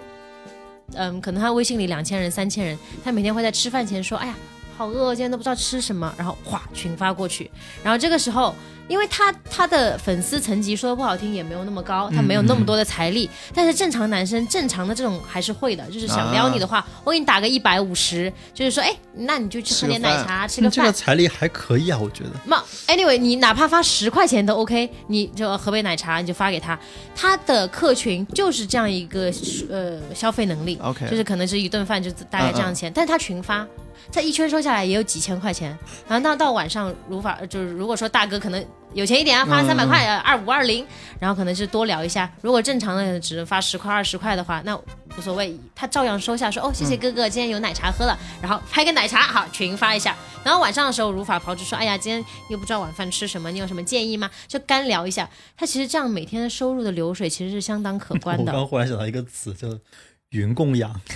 [SPEAKER 2] 嗯，可能她微信里两千人、三千人，她每天会在吃饭前说，哎呀。好饿，今天都不知道吃什么，然后哗群发过去，然后这个时候，因为他他的粉丝层级说的不好听也没有那么高，他没有那么多的财力，
[SPEAKER 3] 嗯
[SPEAKER 2] 但是正常男生正常的这种还是会的，就是想撩你的话，我给你打个一百五十，就是说，哎，那你就去
[SPEAKER 3] 啊
[SPEAKER 2] 喝
[SPEAKER 3] 吃个
[SPEAKER 2] 点奶
[SPEAKER 3] 饭
[SPEAKER 2] 茶，吃
[SPEAKER 1] 你
[SPEAKER 2] 个
[SPEAKER 1] 嗯这个
[SPEAKER 2] 饭，
[SPEAKER 1] 财力还可以啊，我觉得。
[SPEAKER 2] 那 anyway，你哪怕发十块钱都 OK，你就喝杯奶茶你就发给他，他的客群就是这样一个呃消费能力
[SPEAKER 3] OK
[SPEAKER 2] 就是可能是一顿饭就大概这样钱，但是他群发，他一圈收下来也有几千块钱，然后到到晚上如法就是如果说大哥可能有钱一点啊，发三百块二五二零，然后可能是多聊一下，如果正常的只能发十块二十块的话，那无所谓，他照样收下说哦，谢谢哥哥，今天有奶茶喝了，然后拍个奶茶，好群发一下。然后晚上的时候，如法炮制说，哎呀，今天又不知道晚饭吃什么，你有什么建议吗？就干聊一下。他其实这样每天的收入的流水其实是相当可观
[SPEAKER 1] 我
[SPEAKER 2] 的。啊
[SPEAKER 1] 刚忽然想到一个词，叫“云供养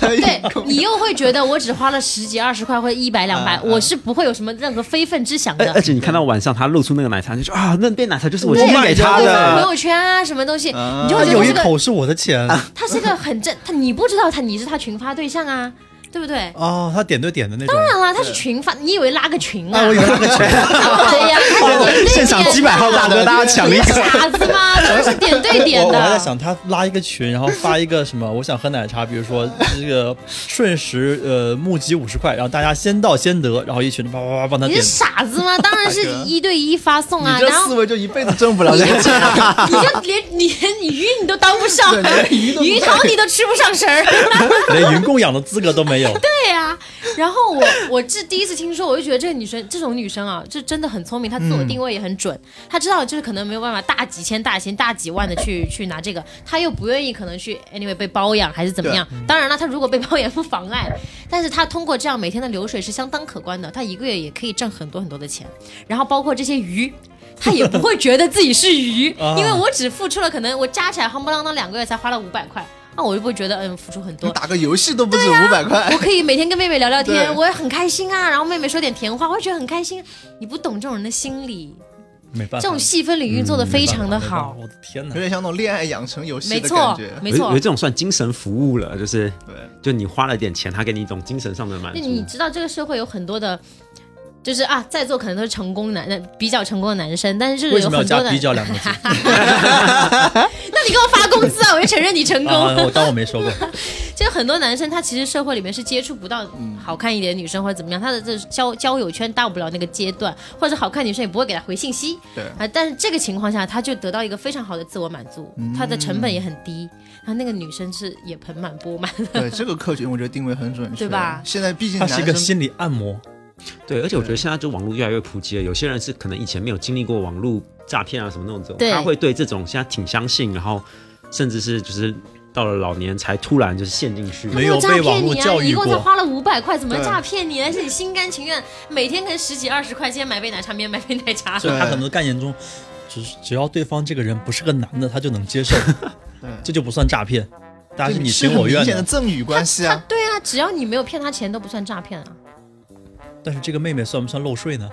[SPEAKER 2] 对对对，你又会觉得我只花了十几二十块或者一百两百，我是不会有什么任何非分之想
[SPEAKER 4] 而
[SPEAKER 2] 的
[SPEAKER 4] 而。且你看到晚上他露出那个奶茶，你就说啊，那杯奶茶就是我
[SPEAKER 2] 对
[SPEAKER 4] 今天给他
[SPEAKER 2] 对发朋
[SPEAKER 4] 的。
[SPEAKER 2] 友圈啊，什么东西，你”，就
[SPEAKER 1] 他
[SPEAKER 2] 会觉
[SPEAKER 1] 有
[SPEAKER 2] 得
[SPEAKER 1] 一
[SPEAKER 2] 这个
[SPEAKER 1] 口是我的钱
[SPEAKER 2] 他是个很正，他你不知道他你是他群发对象啊，对不对？
[SPEAKER 1] 哦，他点对点的那种。
[SPEAKER 2] 当然了，他是群发，你以为拉个群啊？
[SPEAKER 1] 那我以为那个钱，
[SPEAKER 2] 对呀，
[SPEAKER 3] 现场几百号大哥，大家抢一
[SPEAKER 2] 你
[SPEAKER 3] 个
[SPEAKER 2] 是。傻子吗？都是点对点
[SPEAKER 1] 我我还在
[SPEAKER 2] 的。
[SPEAKER 1] 想他拉一个群，然后发一个什么，我想喝奶茶，比如说这 个瞬时呃募集五十块，然后大家先到先得，然后一群人叭叭叭帮他
[SPEAKER 2] 你
[SPEAKER 1] 点
[SPEAKER 2] 是。傻子吗？当然是一对一发送啊，
[SPEAKER 3] 你这
[SPEAKER 2] 然
[SPEAKER 3] 思
[SPEAKER 2] 后
[SPEAKER 3] 维就一辈子挣不了 钱。
[SPEAKER 2] 你就连你连鱼你都当不上，鱼汤你都吃不上食儿。
[SPEAKER 1] 连云供养的资格都 没有。
[SPEAKER 2] 对呀、然后我 我这第一次听说，我就觉得这个女生这种女生啊，就真的很聪明，她自我定位也很准，她知道就是可能没有办法大几千、大几千、大几万的去去拿这个，她又不愿意可能去 anyway 被包养还是怎么样。当然了，她如果被包养不妨碍，但是她通过这样每天的流水是相当可观的，她一个月也可以挣很多很多的钱，然后包括这些鱼。她也不会觉得自己是鱼，
[SPEAKER 1] 啊
[SPEAKER 2] 因为我只付出了可能我加起来夯不啷当两个月才花了五百块，那我就不会觉得嗯付出很多，
[SPEAKER 3] 打个游戏都不
[SPEAKER 2] 啊
[SPEAKER 3] 止五百块
[SPEAKER 2] 我，可以每天跟妹妹聊聊天，
[SPEAKER 3] 对
[SPEAKER 2] 我也很开心啊。然后妹妹说点甜话，我也觉得很开心。你不懂这种人的心理，
[SPEAKER 1] 没办法，
[SPEAKER 2] 这
[SPEAKER 3] 啊
[SPEAKER 1] 啊
[SPEAKER 2] 种细分领域做的非常的好。
[SPEAKER 1] 没办法我的天哪
[SPEAKER 3] 有！点像那种恋爱养成游戏
[SPEAKER 2] 没
[SPEAKER 3] 的感
[SPEAKER 2] 错
[SPEAKER 3] 觉。，
[SPEAKER 2] 没
[SPEAKER 4] 我觉
[SPEAKER 2] 错
[SPEAKER 4] 得这。种算精神服务了，就是
[SPEAKER 3] 对，
[SPEAKER 4] 就你花了点钱，他给你一种精神上的满
[SPEAKER 2] 那
[SPEAKER 4] 足。
[SPEAKER 2] 你知道这个社会有很多的，就是啊，在座可能都是成功男，那比较成功的男生，但是
[SPEAKER 1] 为
[SPEAKER 2] 有
[SPEAKER 1] 什么要
[SPEAKER 2] 很多
[SPEAKER 1] 加
[SPEAKER 2] 的
[SPEAKER 1] 比较两个字？
[SPEAKER 2] 那你给我发工资啊，我就承认你 成功。
[SPEAKER 1] 啊，我当我没说过。
[SPEAKER 2] 就很多男生他其实社会里面是接触不到好看一点的女生或者怎么样，他的这交交友圈到不了那个阶段，或者好看女生也不会给他回信息。
[SPEAKER 3] 对
[SPEAKER 2] 啊，但是这个情况下，他就得到一个非常好的自我满足，他的成本也很低，然后那个女生是也盆满钵满。
[SPEAKER 3] 对这个客群，我觉得定位很准确，
[SPEAKER 2] 对吧
[SPEAKER 3] 现在毕竟
[SPEAKER 1] 它
[SPEAKER 3] 男
[SPEAKER 1] 是一个
[SPEAKER 3] 生
[SPEAKER 1] 心理按摩，
[SPEAKER 4] 对，而且我觉得现在就网络越来越普及了，有些人是可能以前没有经历过网络诈骗啊什么那种，
[SPEAKER 2] 对
[SPEAKER 4] 他会对这种现在挺相信，然后甚至是就是到了老年才突然就是陷进去。
[SPEAKER 1] 没有
[SPEAKER 2] 诈
[SPEAKER 1] 被网
[SPEAKER 2] 骗
[SPEAKER 1] 络
[SPEAKER 2] 你
[SPEAKER 1] 教
[SPEAKER 2] 啊！你
[SPEAKER 1] 育
[SPEAKER 2] 一
[SPEAKER 1] 过
[SPEAKER 2] 共才花了五百块，怎么
[SPEAKER 3] 对
[SPEAKER 2] 诈骗你？而且你心甘情愿，每天可能十几二十块钱买杯奶茶，明天买杯奶茶。
[SPEAKER 1] 所以他
[SPEAKER 3] 对
[SPEAKER 1] 可能概念中，只只要对方这个人不是个男的，他就能接受，
[SPEAKER 3] 对，
[SPEAKER 1] 这就不算诈骗，大家
[SPEAKER 3] 这
[SPEAKER 1] 是你
[SPEAKER 3] 是
[SPEAKER 1] 情
[SPEAKER 3] 很
[SPEAKER 1] 我愿
[SPEAKER 3] 明显的
[SPEAKER 1] 的。
[SPEAKER 3] 赠与关系啊。
[SPEAKER 2] 对啊，只要你没有骗他钱，都不算诈骗啊。
[SPEAKER 1] 但是这个妹妹算不算漏税呢？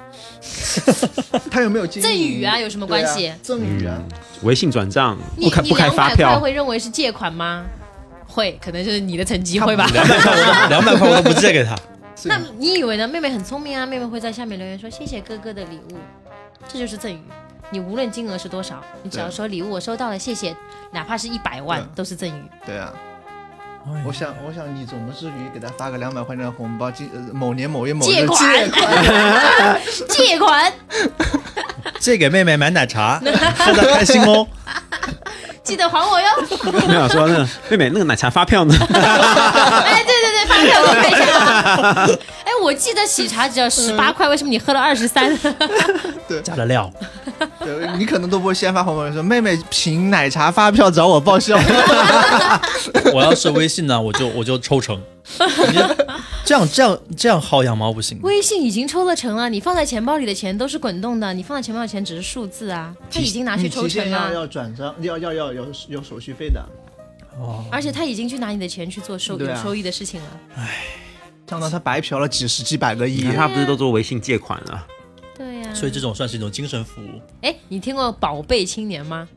[SPEAKER 3] 他有没有经
[SPEAKER 2] 赠
[SPEAKER 3] 营
[SPEAKER 2] 与啊有什么关系
[SPEAKER 3] 对啊赠与啊，
[SPEAKER 4] 微信转账
[SPEAKER 2] 你
[SPEAKER 4] 不开
[SPEAKER 2] 你
[SPEAKER 4] 不开
[SPEAKER 2] 两
[SPEAKER 4] 发
[SPEAKER 2] 百块
[SPEAKER 4] 票，
[SPEAKER 2] 会认为是借款吗？会，可能就是你的成绩会吧。
[SPEAKER 1] 两百块我都两百块我都不借给他，
[SPEAKER 3] 这
[SPEAKER 2] 那
[SPEAKER 3] 个
[SPEAKER 2] 你以为呢？妹妹很聪明啊，妹妹会在下面留言说谢谢哥哥的礼物，这就是赠与。你无论金额是多少，你只要
[SPEAKER 3] 对
[SPEAKER 2] 说礼物我收到了，谢谢，哪怕是一百万
[SPEAKER 3] 对
[SPEAKER 2] 都是赠与。
[SPEAKER 3] 对啊，
[SPEAKER 1] 哎 呀
[SPEAKER 3] 我想，我想你总不至于给他发个两百块钱的红包，今呃某年某月某日
[SPEAKER 2] 借款
[SPEAKER 3] 借款
[SPEAKER 2] 借款，
[SPEAKER 1] 借给妹妹买奶茶，大家开心 哦。
[SPEAKER 2] 记得还我哟。
[SPEAKER 4] 没有说那个妹妹那个奶茶发票呢？
[SPEAKER 2] 哎，对对对，发票我看一下。 哎，我记得喜茶只要十八块，为什么你喝了二十三？
[SPEAKER 1] 加了料，
[SPEAKER 3] 对你可能都不会先发红包，说妹妹凭奶茶发票找我报销。
[SPEAKER 1] 我要是微信呢，我就我就抽成。你这样这样这样薅羊毛不行，
[SPEAKER 2] 微信已经抽了成了，你放在钱包里的钱都是滚动的，你放在钱包的钱只是数字啊，他已 经拿去
[SPEAKER 3] 你
[SPEAKER 1] 嗯
[SPEAKER 2] 抽
[SPEAKER 3] 提
[SPEAKER 2] 成啊
[SPEAKER 3] 现要
[SPEAKER 2] 了，
[SPEAKER 3] 要转账，要要要有有手续费的，
[SPEAKER 2] 而且他已经去拿你的钱去做收
[SPEAKER 3] 对
[SPEAKER 2] 有
[SPEAKER 3] 啊
[SPEAKER 2] 收益的事情了。
[SPEAKER 3] 相当他白嫖了几十几百个亿
[SPEAKER 4] 你。看他不是都做微信借款了？
[SPEAKER 2] 对呀、
[SPEAKER 1] 所以这种算是一种精神服务。
[SPEAKER 2] 哎，你听过宝贝青年吗？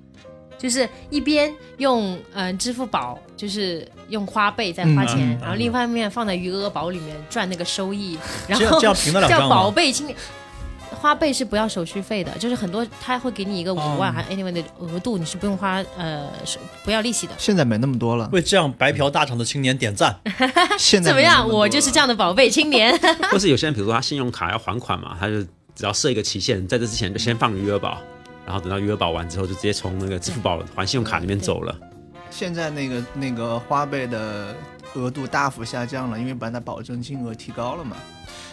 [SPEAKER 2] 就是一边用嗯、呃支付宝，就是用花呗在花钱，
[SPEAKER 1] 嗯
[SPEAKER 2] 然后另一方面放在余额宝里面赚那个收益，然
[SPEAKER 1] 这样
[SPEAKER 2] 后
[SPEAKER 1] 这样平得了
[SPEAKER 2] 叫
[SPEAKER 1] 账
[SPEAKER 2] 宝
[SPEAKER 1] 吗？
[SPEAKER 2] 贝青年。花呗是不要手续费的，就是很多他会给你一个五万
[SPEAKER 1] 哦
[SPEAKER 2] 还 anyway 的额度，你是不用花呃是不要利息的。
[SPEAKER 3] 现在没那么 多了，
[SPEAKER 1] 为这样白嫖大厂的青年点赞，
[SPEAKER 3] 现在
[SPEAKER 2] 怎么样？我
[SPEAKER 3] 这。
[SPEAKER 2] 就是这样的宝贝青 年。
[SPEAKER 4] 或是有些人比如说他信用卡要还款嘛，他就只要设一个期限，在这之前就先放余额宝，然后等到余额宝完之后，就直接从那个支付宝还信用卡里面走了。
[SPEAKER 3] 嗯现在那个那个花呗的额度大幅下降了，因为把它保证金额提高了嘛。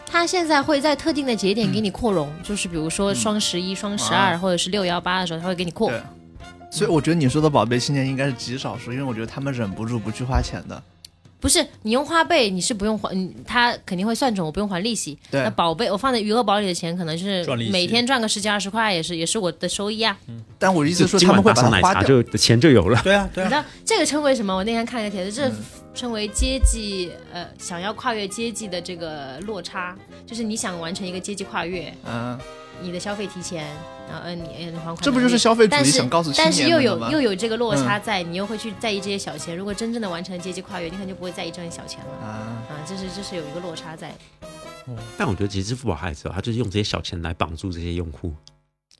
[SPEAKER 2] 他现在会在特定的节点给你扩容，就是比如说双十一、双十二
[SPEAKER 3] 嗯啊
[SPEAKER 2] 或者是六幺八的时候，他会给你扩。
[SPEAKER 3] 对，所以我觉得你说的宝贝青年应该是极少数，因为我觉得他们忍不住不去花钱的。
[SPEAKER 2] 不是你用花呗，你是不用还，嗯他肯定会算准我不用还利息。
[SPEAKER 3] 对
[SPEAKER 2] 那宝贝，我放在余额宝里的钱可能是
[SPEAKER 1] 赚利息
[SPEAKER 2] 每天赚个十几二十块，也是也是我的收益啊。
[SPEAKER 3] 但我的意思
[SPEAKER 4] 就是
[SPEAKER 3] 说
[SPEAKER 4] 今
[SPEAKER 3] 他们
[SPEAKER 4] 晚
[SPEAKER 3] 会
[SPEAKER 4] 打
[SPEAKER 3] 把
[SPEAKER 4] 上
[SPEAKER 3] 它
[SPEAKER 4] 奶
[SPEAKER 3] 花
[SPEAKER 4] 茶
[SPEAKER 3] 掉。
[SPEAKER 4] 就钱就有了。
[SPEAKER 1] 对啊对
[SPEAKER 2] 你知
[SPEAKER 1] 啊，
[SPEAKER 2] 道这个称为什么？我那天看一个帖子，
[SPEAKER 3] 嗯
[SPEAKER 2] 这称为阶级、呃，想要跨越阶级的这个落差，就是你想完成一个阶级跨越，
[SPEAKER 3] 嗯，你
[SPEAKER 2] 你的消费提前，然后嗯、呃、你呃你还款能力，
[SPEAKER 3] 这不就是消费主
[SPEAKER 2] 但
[SPEAKER 3] 义
[SPEAKER 2] 是
[SPEAKER 3] 想告诉青
[SPEAKER 2] 但是
[SPEAKER 3] 年
[SPEAKER 2] 又
[SPEAKER 3] 们的
[SPEAKER 2] 有
[SPEAKER 3] 吗？嗯
[SPEAKER 2] 又有这个落差在，你又会去在意这些小钱。如果真正的完成阶级跨越，你可能就不会在意这些小钱了
[SPEAKER 3] 啊，
[SPEAKER 2] 啊，这是这是有一个落差在，
[SPEAKER 4] 但我觉得其实支付宝还知道，他就是用这些小钱来绑住这些用户。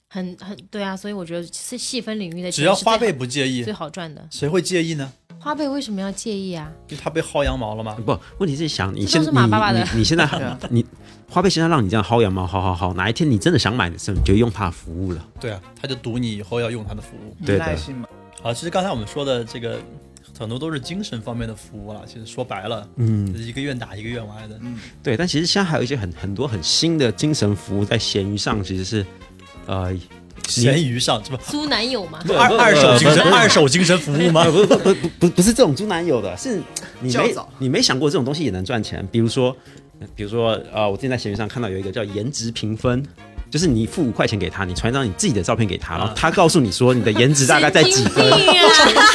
[SPEAKER 2] 很很对啊，所以我觉得是细分领域的钱
[SPEAKER 1] 只要
[SPEAKER 2] 是最
[SPEAKER 1] 花呗
[SPEAKER 2] 好
[SPEAKER 1] 不介意
[SPEAKER 2] 最，好赚的，
[SPEAKER 1] 谁会介意呢？
[SPEAKER 2] 花呗为什么要介意啊？
[SPEAKER 1] 因为他被薅羊毛了嘛。
[SPEAKER 4] 不，问题是想你
[SPEAKER 2] 这
[SPEAKER 4] 现
[SPEAKER 2] 都是马爸爸
[SPEAKER 4] 你
[SPEAKER 2] 的
[SPEAKER 4] 你你现在
[SPEAKER 3] 对啊
[SPEAKER 4] 你花呗现在让你这样薅羊毛，薅薅薅，哪一天你真的想买的时候，你就用他的服务了。
[SPEAKER 1] 对啊，他就赌你以后要用他的服务。
[SPEAKER 3] 依
[SPEAKER 4] 对的
[SPEAKER 3] 赖性嘛，
[SPEAKER 1] 好，其实刚才我们说的这个很多都是精神方面的服务了。其实说白了，
[SPEAKER 4] 嗯，
[SPEAKER 1] 一个愿打一个愿挨的。
[SPEAKER 3] 嗯，
[SPEAKER 4] 对。但其实现在还有一些很很多很新的精神服务在闲鱼上，其实是呃
[SPEAKER 1] 闲鱼上什么
[SPEAKER 2] 租男友嘛，
[SPEAKER 1] 二
[SPEAKER 4] 不
[SPEAKER 1] 二手精
[SPEAKER 4] 不
[SPEAKER 1] 神
[SPEAKER 4] 不
[SPEAKER 1] 二手精神服务吗？
[SPEAKER 4] 不不不不不不是这种猪男友的，是你
[SPEAKER 3] 较
[SPEAKER 4] 没
[SPEAKER 3] 早
[SPEAKER 4] 你没想过这种东西也能赚钱。比如说，呃比如说呃，我之前在闲鱼上看到有一个叫颜值评分，就是你付五块钱给他，你传一张你自己的照片给他，然后他告诉你说你的颜值大概在几分，
[SPEAKER 2] 神经病啊！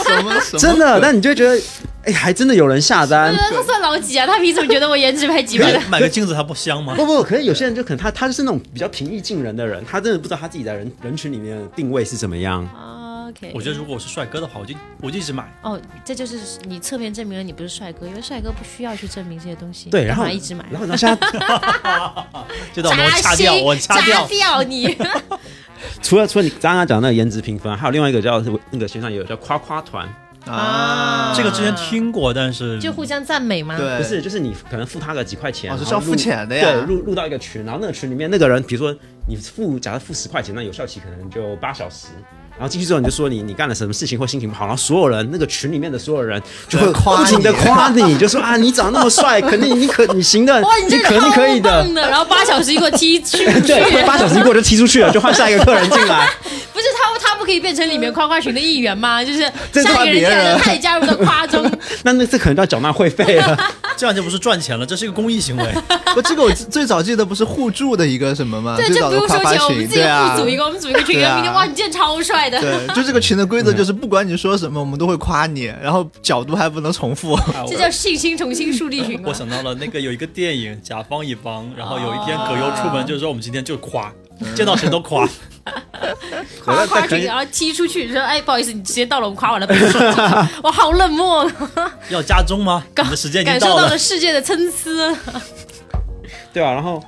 [SPEAKER 3] 什么什 么
[SPEAKER 4] 真的，但你就会觉得，哎，还真的有人下单。
[SPEAKER 2] 他算老几啊？他凭什么觉得我颜值排几
[SPEAKER 1] 买
[SPEAKER 2] 分？
[SPEAKER 1] 买个镜子还不香吗？
[SPEAKER 4] 不不，可能有些人就可能他他就是那种比较平易近人的人，他真的不知道他自己在人人群里面的定位是怎么样。
[SPEAKER 2] 啊 OK，
[SPEAKER 1] 我觉得如果我是帅哥的话，我就我就一直买。
[SPEAKER 2] 哦，这就是你侧面证明了你不是帅哥，因为帅哥不需要去证明这些东西，
[SPEAKER 4] 对，然后
[SPEAKER 2] 干嘛一直买，啊
[SPEAKER 4] 然后然后现在
[SPEAKER 1] 这道门我掐掉，
[SPEAKER 2] 心
[SPEAKER 1] 我掐掉
[SPEAKER 2] 扎。掉你。
[SPEAKER 4] 除了除了你刚刚讲的那个颜值评分，还有另外一个叫那个线上也有叫夸夸团，
[SPEAKER 2] 啊
[SPEAKER 1] 这个之前听过，但是
[SPEAKER 2] 就互相赞美吗？
[SPEAKER 3] 对，
[SPEAKER 4] 不是，就是你可能付他个几块钱，
[SPEAKER 3] 呃哦是
[SPEAKER 4] 然
[SPEAKER 3] 是要
[SPEAKER 4] 后
[SPEAKER 3] 付
[SPEAKER 4] 入
[SPEAKER 3] 钱的呀
[SPEAKER 4] 对，入入到一个群，然后那个群里面那个人，比如说你付，假设付十块钱，那有效期可能就八小时。然后进去之后，你就说你你干了什么事情或心情不好，然后所有人那个群里面的所有人就会
[SPEAKER 3] 对夸
[SPEAKER 4] 不停的
[SPEAKER 3] 你
[SPEAKER 4] 夸你，就说啊你长那么帅，肯定你可你行的，
[SPEAKER 2] 哇，你这
[SPEAKER 4] 可
[SPEAKER 2] 个超
[SPEAKER 4] 你可以的，
[SPEAKER 2] 棒，的！然后八小时一个踢去啊
[SPEAKER 4] 对，八小时一过就踢出去了，就换下一个客人进 来。
[SPEAKER 2] 不是他他不可以变成里面夸夸群的一员吗？就是
[SPEAKER 3] 这
[SPEAKER 2] 下
[SPEAKER 3] 夸
[SPEAKER 2] 一个人进
[SPEAKER 3] 别
[SPEAKER 2] 来
[SPEAKER 3] 人
[SPEAKER 2] 了，他也加入到夸中，
[SPEAKER 4] 那那这可能就要缴纳会费了。
[SPEAKER 1] 这样就不是赚钱了，这是一个公益行 为。
[SPEAKER 3] 不，这个我最最早记得不是互助的一个什么吗？
[SPEAKER 2] 对，
[SPEAKER 3] 最
[SPEAKER 2] 这
[SPEAKER 3] 早
[SPEAKER 2] 不
[SPEAKER 3] 的
[SPEAKER 2] 用
[SPEAKER 3] 夸
[SPEAKER 2] 收
[SPEAKER 3] 夸
[SPEAKER 2] 钱，我们
[SPEAKER 3] 群，
[SPEAKER 2] 自己
[SPEAKER 3] 对啊
[SPEAKER 2] 互，组一个，我们组一个群，
[SPEAKER 3] 对
[SPEAKER 2] 然
[SPEAKER 3] 啊
[SPEAKER 2] 后明天哇，你真的超帅的，
[SPEAKER 3] 对，就这个群的规则就是，不管你说什么，我们都会夸你，然后角度还不能重 复。
[SPEAKER 1] 哎
[SPEAKER 2] 这叫信心重新树立群
[SPEAKER 1] 我
[SPEAKER 2] 吗？
[SPEAKER 1] 想到了那个有一个电影《甲方乙方》，然后有一天葛优出门就是说我们今天就夸，见到谁都夸，
[SPEAKER 2] 夸夸群，然后踢出去，说哎，不好意思，你时间到了，我们夸完了，不用说了哇，好冷漠，
[SPEAKER 1] 要加钟吗？你的时间已经
[SPEAKER 2] 感受到
[SPEAKER 1] 了
[SPEAKER 2] 了。世界的参差。
[SPEAKER 4] 对啊，然后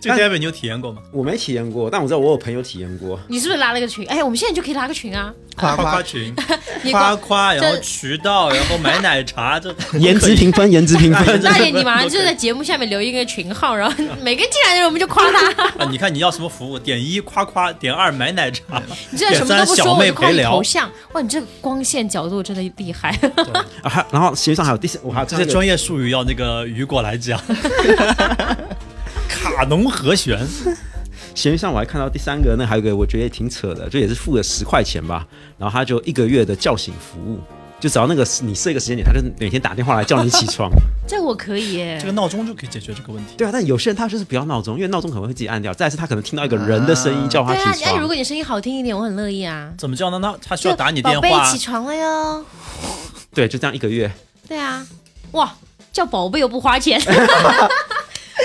[SPEAKER 1] 这个 David 你有体验过吗？
[SPEAKER 4] 我没体验过，但我知道我有朋友体验过。
[SPEAKER 2] 你是不是拉了个群？哎，我们现在就可以拉个群啊！
[SPEAKER 3] 夸
[SPEAKER 1] 夸
[SPEAKER 3] 夸
[SPEAKER 1] 夸，群，
[SPEAKER 2] 你
[SPEAKER 1] 夸
[SPEAKER 2] 光
[SPEAKER 1] 夸，然后
[SPEAKER 2] 这
[SPEAKER 1] 渠 道，然后买奶茶，这
[SPEAKER 4] 颜值评分，颜值评 分，
[SPEAKER 2] 大爷，你马上就在节目下面留一个群号，然后每个进来的人我们就夸他。
[SPEAKER 1] 啊，你看你要什么服务？点一夸夸，点二买奶茶。
[SPEAKER 2] 你这什么都不
[SPEAKER 1] 点三
[SPEAKER 2] 说，
[SPEAKER 1] 小
[SPEAKER 2] 我
[SPEAKER 1] 妹
[SPEAKER 2] 就夸
[SPEAKER 1] 陪
[SPEAKER 2] 你
[SPEAKER 1] 聊
[SPEAKER 2] 头像。哇，你这个光线角度真的厉害。
[SPEAKER 4] 啊，还然后实际上还有第四，我还有
[SPEAKER 1] 这
[SPEAKER 4] 这
[SPEAKER 1] 些
[SPEAKER 4] 些专
[SPEAKER 1] 专业术语要那个雨果来 讲。卡农和弦，
[SPEAKER 4] 闲鱼上我还看到第三个，那还有一个我觉得也挺扯的，就也是付了十块钱吧，然后他就一个月的叫醒服务，就只要那个你设一个时间点，他就每天打电话来叫你起床。
[SPEAKER 2] 这我可以耶
[SPEAKER 1] 这个，闹钟就可以解决这个问题。
[SPEAKER 4] 对啊，但有些人他就是不要闹钟，因为闹钟可能会自己按掉。再来是他可能听到一个人的声音叫他
[SPEAKER 2] 对啊
[SPEAKER 4] 起，
[SPEAKER 2] 哎，如
[SPEAKER 4] 床，
[SPEAKER 2] 果你声音好听一点，我很乐意啊。
[SPEAKER 1] 怎么叫呢？那他需
[SPEAKER 2] 就
[SPEAKER 1] 要打你电
[SPEAKER 2] 宝贝
[SPEAKER 1] 话
[SPEAKER 2] 起，床了哟。
[SPEAKER 4] 对，就这样一个月。
[SPEAKER 2] 对啊，哇，叫宝贝又不花钱。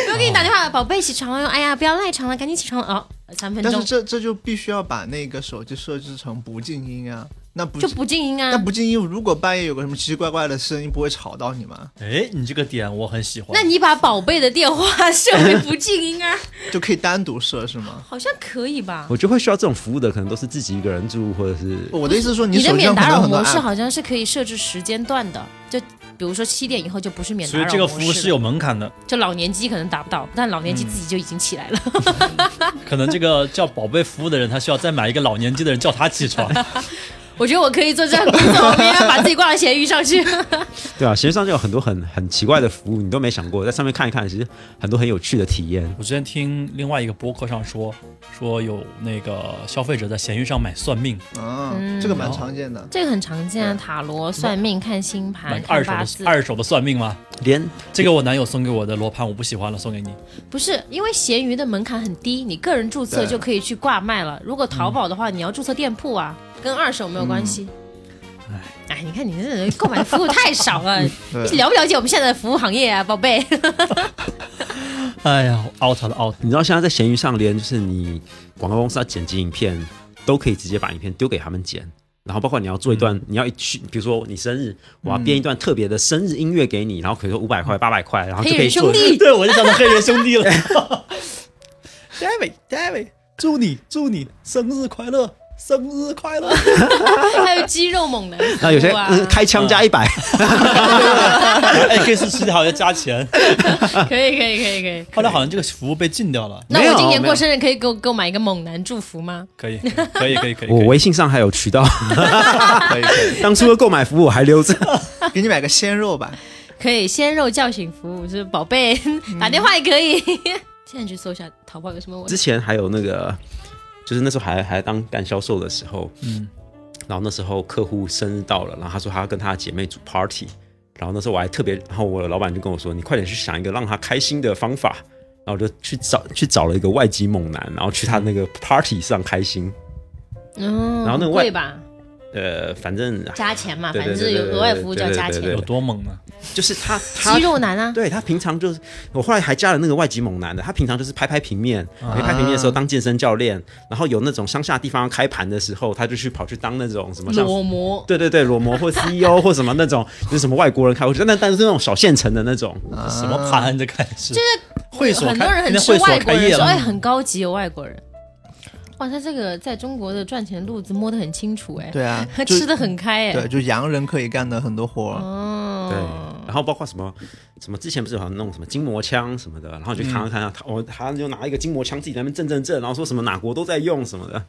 [SPEAKER 2] 我又给你打电话，宝贝起床了哟。哎呀，不要赖床了，赶紧起床了哦，三分
[SPEAKER 3] 但
[SPEAKER 2] 钟
[SPEAKER 3] 是这这就必须要把那个手机设置成不静音啊，那不
[SPEAKER 2] 就不静音
[SPEAKER 3] 那
[SPEAKER 2] 啊。
[SPEAKER 3] 不静音，如果半夜有个什么奇奇怪怪的声音，不会吵到你吗？
[SPEAKER 1] 哎，你这个点我很喜欢。
[SPEAKER 2] 那你把宝贝的 电话设为不静音啊，
[SPEAKER 3] 就可以单独设是吗？
[SPEAKER 2] 好像可以吧？
[SPEAKER 4] 我觉得会需要这种服务的，可能都是自己一个人住，或者是
[SPEAKER 3] 我的意思是说，
[SPEAKER 2] 你的
[SPEAKER 3] 手机
[SPEAKER 2] 免
[SPEAKER 3] 上可
[SPEAKER 2] 打
[SPEAKER 3] 能
[SPEAKER 2] 扰
[SPEAKER 3] 很多
[SPEAKER 2] 模式
[SPEAKER 3] app，
[SPEAKER 2] 好像是可以设置时间段的，就比如说七点以后就不是免打
[SPEAKER 1] 所以
[SPEAKER 2] 扰模式
[SPEAKER 1] 这个服务是有
[SPEAKER 2] 了
[SPEAKER 1] 门槛的，
[SPEAKER 2] 就老年机可能达不到，但老年机自己就已经起来了。
[SPEAKER 1] 可能这个叫宝贝服务的人，他需要再买一个老年机的人叫他起床。
[SPEAKER 2] 我觉得我可以做这样的工作，我明天把自己挂到闲鱼上去。
[SPEAKER 4] 对啊，闲鱼上就有很多很很奇怪的服务，你都没想过，在上面看一看，其实很多很有趣的体验。
[SPEAKER 1] 我之前听另外一个播客上说，说有那个消费者在闲鱼上买算命，
[SPEAKER 3] 嗯，这个蛮常见的。
[SPEAKER 2] 这个很常见啊，塔罗、算命、看星盘
[SPEAKER 1] 买、
[SPEAKER 2] 啊看
[SPEAKER 1] 二手
[SPEAKER 2] 八
[SPEAKER 1] 的
[SPEAKER 2] 字。
[SPEAKER 1] 二手的算命吗？
[SPEAKER 4] 连
[SPEAKER 1] 这个我男友送给我的罗盘我不喜欢了，送给你。
[SPEAKER 2] 不是因为闲鱼的门槛很低，你个人注册
[SPEAKER 3] 对
[SPEAKER 2] 就可以去挂卖了。如果淘宝的话，你要注册店铺啊，跟二手没有关系。哎，你看你这人购买服务太少了，
[SPEAKER 3] 对
[SPEAKER 2] 你了不了解我们现在的服务行业啊，宝贝？
[SPEAKER 1] 哎呀，out 了 out。
[SPEAKER 4] 你知道现在在闲鱼上，连就是你广告公司要剪辑影片，都可以直接把影片丢给他们剪。然后包括你要做一段，
[SPEAKER 2] 嗯
[SPEAKER 4] 你要一去，比如说你生日，我要编一段特别的生日音乐给你，然后可以说五百块、八百块，然后就可
[SPEAKER 2] 黑
[SPEAKER 4] 以
[SPEAKER 2] 人
[SPEAKER 4] 做
[SPEAKER 2] 嗯兄。弟
[SPEAKER 1] 对，我就想到黑人兄弟 了。David，David，祝你祝你生日快乐，生日快乐。
[SPEAKER 2] 还有肌肉猛男服务
[SPEAKER 4] 那有些、
[SPEAKER 2] 啊
[SPEAKER 4] 嗯、开枪加一百、
[SPEAKER 3] 啊
[SPEAKER 1] 哎，可以是实体好像加钱。
[SPEAKER 2] 可以可以可以可以。
[SPEAKER 1] 后来好像这个服务被禁掉了。
[SPEAKER 2] 那
[SPEAKER 4] 没有
[SPEAKER 2] 我今年
[SPEAKER 4] 没有
[SPEAKER 2] 过生日可以给我给我买一个猛男祝福吗？
[SPEAKER 1] 可以，可以，可以，可以。
[SPEAKER 4] 我微信上还有渠道，
[SPEAKER 3] 可以，可以
[SPEAKER 4] 当初的购买服务我还留着。
[SPEAKER 3] 给你买个鲜 肉吧。
[SPEAKER 2] 可以鲜肉叫醒服务，就是宝贝打电话也可以。嗯 现在去搜一下淘宝有什么我
[SPEAKER 4] 之前还有那个，就是那时候还还当干销售的时候，
[SPEAKER 1] 嗯，
[SPEAKER 4] 然后那时候客户生日到了，然后他说他要跟他的姐妹组 party，然后那时候我还特别，然后我的老板就跟我说，你快点去想一个让他开心的方法，然后我就去找去找了一个外籍猛男，然后去他那个 party 上开心，
[SPEAKER 2] 嗯，
[SPEAKER 4] 然后那个外
[SPEAKER 2] 贵吧，
[SPEAKER 4] 呃，反正啊
[SPEAKER 2] 加钱嘛，
[SPEAKER 4] 对
[SPEAKER 2] 反
[SPEAKER 4] 对
[SPEAKER 2] 正
[SPEAKER 4] 对
[SPEAKER 2] 是有
[SPEAKER 4] 对
[SPEAKER 2] 额外服务
[SPEAKER 4] 对
[SPEAKER 2] 叫
[SPEAKER 4] 对
[SPEAKER 2] 加
[SPEAKER 4] 对
[SPEAKER 2] 钱
[SPEAKER 4] 对。
[SPEAKER 1] 有多猛呢？
[SPEAKER 4] 就是他他
[SPEAKER 2] 肌。肉男啊，
[SPEAKER 4] 对他平常就是，我后来还加了那个外籍猛男的，他平常就是拍拍平面，因为拍平面的时候当健身教练，然后有那种乡下地方开盘的时候，他就去跑去当那种什么像
[SPEAKER 2] 裸模。
[SPEAKER 4] 对对对，裸模或 CEO 或什么那种，就是什么外国人开会，但但是那种小县城的那种，
[SPEAKER 1] 什么盘着开始？就是会所开，
[SPEAKER 2] 很多人很
[SPEAKER 1] 今天
[SPEAKER 2] 吃
[SPEAKER 1] 会所
[SPEAKER 2] 外
[SPEAKER 1] 开
[SPEAKER 2] 国人
[SPEAKER 1] 业
[SPEAKER 2] 说，哎，
[SPEAKER 1] 了。
[SPEAKER 2] 很高级，有外国人。哇，他这个在中国的赚钱路子摸得很清楚哎，，
[SPEAKER 3] 对啊 就
[SPEAKER 2] 吃嗯的很开哎，
[SPEAKER 3] 对，就洋人可以干的很多活儿，
[SPEAKER 4] 对
[SPEAKER 2] 哦，，
[SPEAKER 4] 然后包括什么什么之前不是好像弄什么筋膜枪什么的，然后就看看看他，我他就拿一个筋膜枪自己在那边震震震，然后说什么哪国都在用什么的，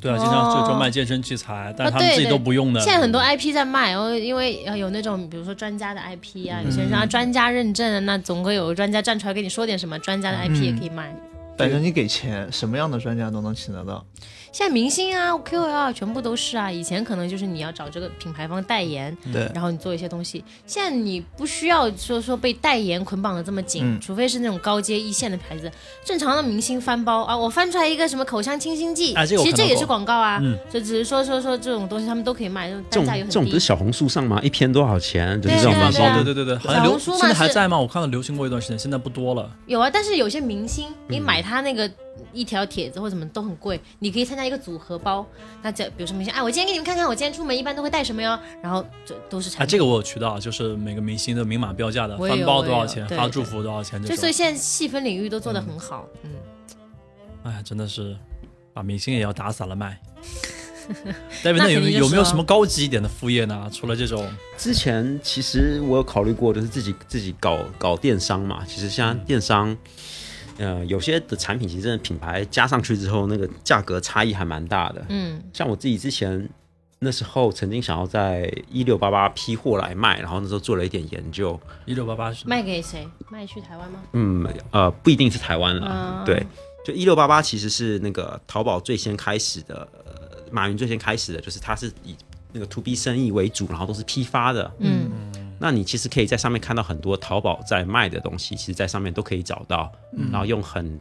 [SPEAKER 1] 对啊，经常就专卖健身器材，但是他们
[SPEAKER 2] 对
[SPEAKER 1] 自己
[SPEAKER 2] 哦啊对
[SPEAKER 1] 都不用的。
[SPEAKER 2] 现在很多 IP 在卖，然后因为呃有那种比如说专家的 IP 啊，有些人说啊专家认证啊，那总会有专家站出来跟你说点什么，专家的 IP
[SPEAKER 3] 嗯
[SPEAKER 2] 也可以卖。
[SPEAKER 3] 反正你给钱，什么样的专家都能请得到。
[SPEAKER 2] 现在明星啊、KOL 啊全部都是啊，以前可能就是你要找这个品牌方代言，
[SPEAKER 3] 对，
[SPEAKER 2] 然后你做一些东西。现在你不需要说说被代言捆绑的这么紧，
[SPEAKER 3] 嗯
[SPEAKER 2] 除非是那种高阶一线的牌子。正常的明星翻包啊，我翻出来一个什么口腔清新剂，
[SPEAKER 1] 啊这个我
[SPEAKER 2] 其
[SPEAKER 1] 看
[SPEAKER 2] 实这
[SPEAKER 1] 到
[SPEAKER 2] 也
[SPEAKER 1] 过
[SPEAKER 2] 是广告啊，
[SPEAKER 1] 嗯
[SPEAKER 2] 就只是说说说这种东西他们都可以卖，就
[SPEAKER 4] 这
[SPEAKER 2] 单
[SPEAKER 4] 种
[SPEAKER 2] 价也很
[SPEAKER 4] 这
[SPEAKER 2] 低。
[SPEAKER 4] 种不是小红书上吗？一篇多少钱？就是
[SPEAKER 2] 对
[SPEAKER 4] 这种
[SPEAKER 2] 啊
[SPEAKER 4] 东西
[SPEAKER 2] 对啊
[SPEAKER 1] 对对对对，好像
[SPEAKER 2] 小红
[SPEAKER 1] 流
[SPEAKER 2] 书
[SPEAKER 1] 现
[SPEAKER 2] 嘛
[SPEAKER 1] 在还
[SPEAKER 2] 是
[SPEAKER 1] 在吗？我看到流行过一段时间，现在不多了。
[SPEAKER 2] 有啊，但是有些明星，你买他那个一条帖子或什么都很贵，你可以参加一个组合包。那这比如说明星，哎，我今天给你们看看，我今天出门一般都会带什么哟，然后这都是
[SPEAKER 1] 啊，
[SPEAKER 2] 产
[SPEAKER 1] 这
[SPEAKER 2] 品。
[SPEAKER 1] 个我有渠道，就是每个明星的明码标价的，
[SPEAKER 2] 我也
[SPEAKER 1] 翻
[SPEAKER 2] 有
[SPEAKER 1] 包
[SPEAKER 2] 我也
[SPEAKER 1] 多少
[SPEAKER 2] 有
[SPEAKER 1] 钱，
[SPEAKER 2] 对
[SPEAKER 1] 发
[SPEAKER 2] 对
[SPEAKER 1] 祝福多少钱这
[SPEAKER 2] 就所以
[SPEAKER 1] 种。
[SPEAKER 2] 现在细分领域都做得很好，嗯，
[SPEAKER 1] 哎，真的是把明星也要打散了 卖。David，
[SPEAKER 2] 那
[SPEAKER 1] 那有
[SPEAKER 2] 肯定就
[SPEAKER 1] 有没有
[SPEAKER 2] 是
[SPEAKER 1] 什么高级一点的副业呢？除了这种，
[SPEAKER 4] 之前其实我有考虑过，就是自己自己搞搞电商嘛。其实现在电商，呃，有些的产品其实真的品牌加上去之后，那个价格差异还蛮大的。
[SPEAKER 2] 嗯，
[SPEAKER 4] 像我自己之前那时候曾经想要在一六八八批货来卖，然后那时候做了一点研究，
[SPEAKER 1] 一六八八是
[SPEAKER 2] 卖给谁？卖去台湾吗？
[SPEAKER 4] 嗯，呃，不一定是台湾啦，
[SPEAKER 2] 啊
[SPEAKER 4] 对，就一六八八其实是那个淘宝最先开始的，呃马云最先开始的，就是它是以那个 to B 生意为主，然后都是批发的，
[SPEAKER 2] 嗯，
[SPEAKER 4] 那你其实可以在上面看到很多淘宝在卖的东西，其实在上面都可以找到，然后用很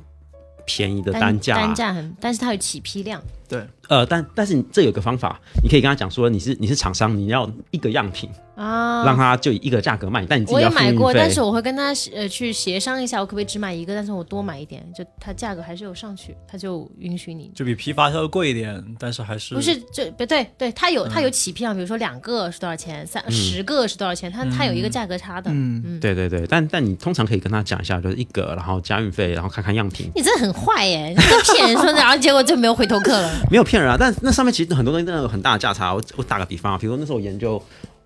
[SPEAKER 4] 便宜的单
[SPEAKER 2] 嗯
[SPEAKER 4] 价，
[SPEAKER 2] 单价很，但是它有起批量，
[SPEAKER 3] 对，
[SPEAKER 4] 呃，但但是你这有个方法，你可以跟他讲说你是你是厂商，你要一个样品，
[SPEAKER 2] 啊。
[SPEAKER 4] 让他就以一个价格卖，但你自
[SPEAKER 2] 我
[SPEAKER 4] 己
[SPEAKER 2] 也
[SPEAKER 4] 要付
[SPEAKER 2] 买
[SPEAKER 4] 运
[SPEAKER 2] 过，
[SPEAKER 4] 费
[SPEAKER 2] 但是。我会跟他呃去协商一下，我可不可以只买一个，但是我多买一点，就它价格还是有上去，他就允许你
[SPEAKER 1] 就比批发稍微贵一点，但是还是
[SPEAKER 2] 不是，这不对，对，它有它有起批量，比如说两个是多少钱，三十个是多少钱，它它有一个价格差的。
[SPEAKER 3] 嗯，
[SPEAKER 4] 对对对，但但你通常可以跟他讲一下，就是一个，然后加运费，然后看看样品，
[SPEAKER 2] 你真的很坏耶！你在骗人说的，然后结果就没有回头客了。
[SPEAKER 4] 没有骗人啊。但那上面其实很多东西真的有很大的价差。我我打个比方啊，比如说那时候我研究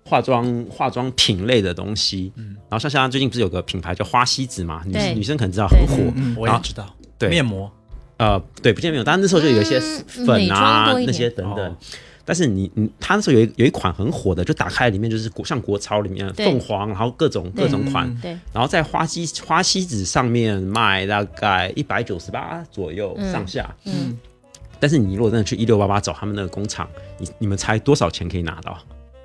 [SPEAKER 4] 化妆化妆品类的东西，然后像现在最近不是有个品牌叫花西子嘛，
[SPEAKER 2] 嗯
[SPEAKER 4] 女
[SPEAKER 2] 对
[SPEAKER 4] 女生可能知道很火，
[SPEAKER 1] 嗯我也知道，
[SPEAKER 4] 对
[SPEAKER 1] 面膜
[SPEAKER 4] 呃，对，不见面有，但是那时候就有一些
[SPEAKER 2] 嗯美
[SPEAKER 4] 粉
[SPEAKER 2] 妆
[SPEAKER 4] 啊
[SPEAKER 2] 多一点
[SPEAKER 4] 那些等等。
[SPEAKER 1] 哦
[SPEAKER 4] 但是你你，他那时候有一有一款很火的，就打开里面就是国像国潮里面
[SPEAKER 2] 对
[SPEAKER 4] 凤凰，然后各种
[SPEAKER 2] 对
[SPEAKER 4] 各种款，
[SPEAKER 2] 对，
[SPEAKER 4] 然后在花西花西子上面卖大概一百九十八左右上下。
[SPEAKER 2] 嗯，
[SPEAKER 4] 但是你如果真的去一六八八找他们那个工厂，你你们猜多少钱可以 拿到？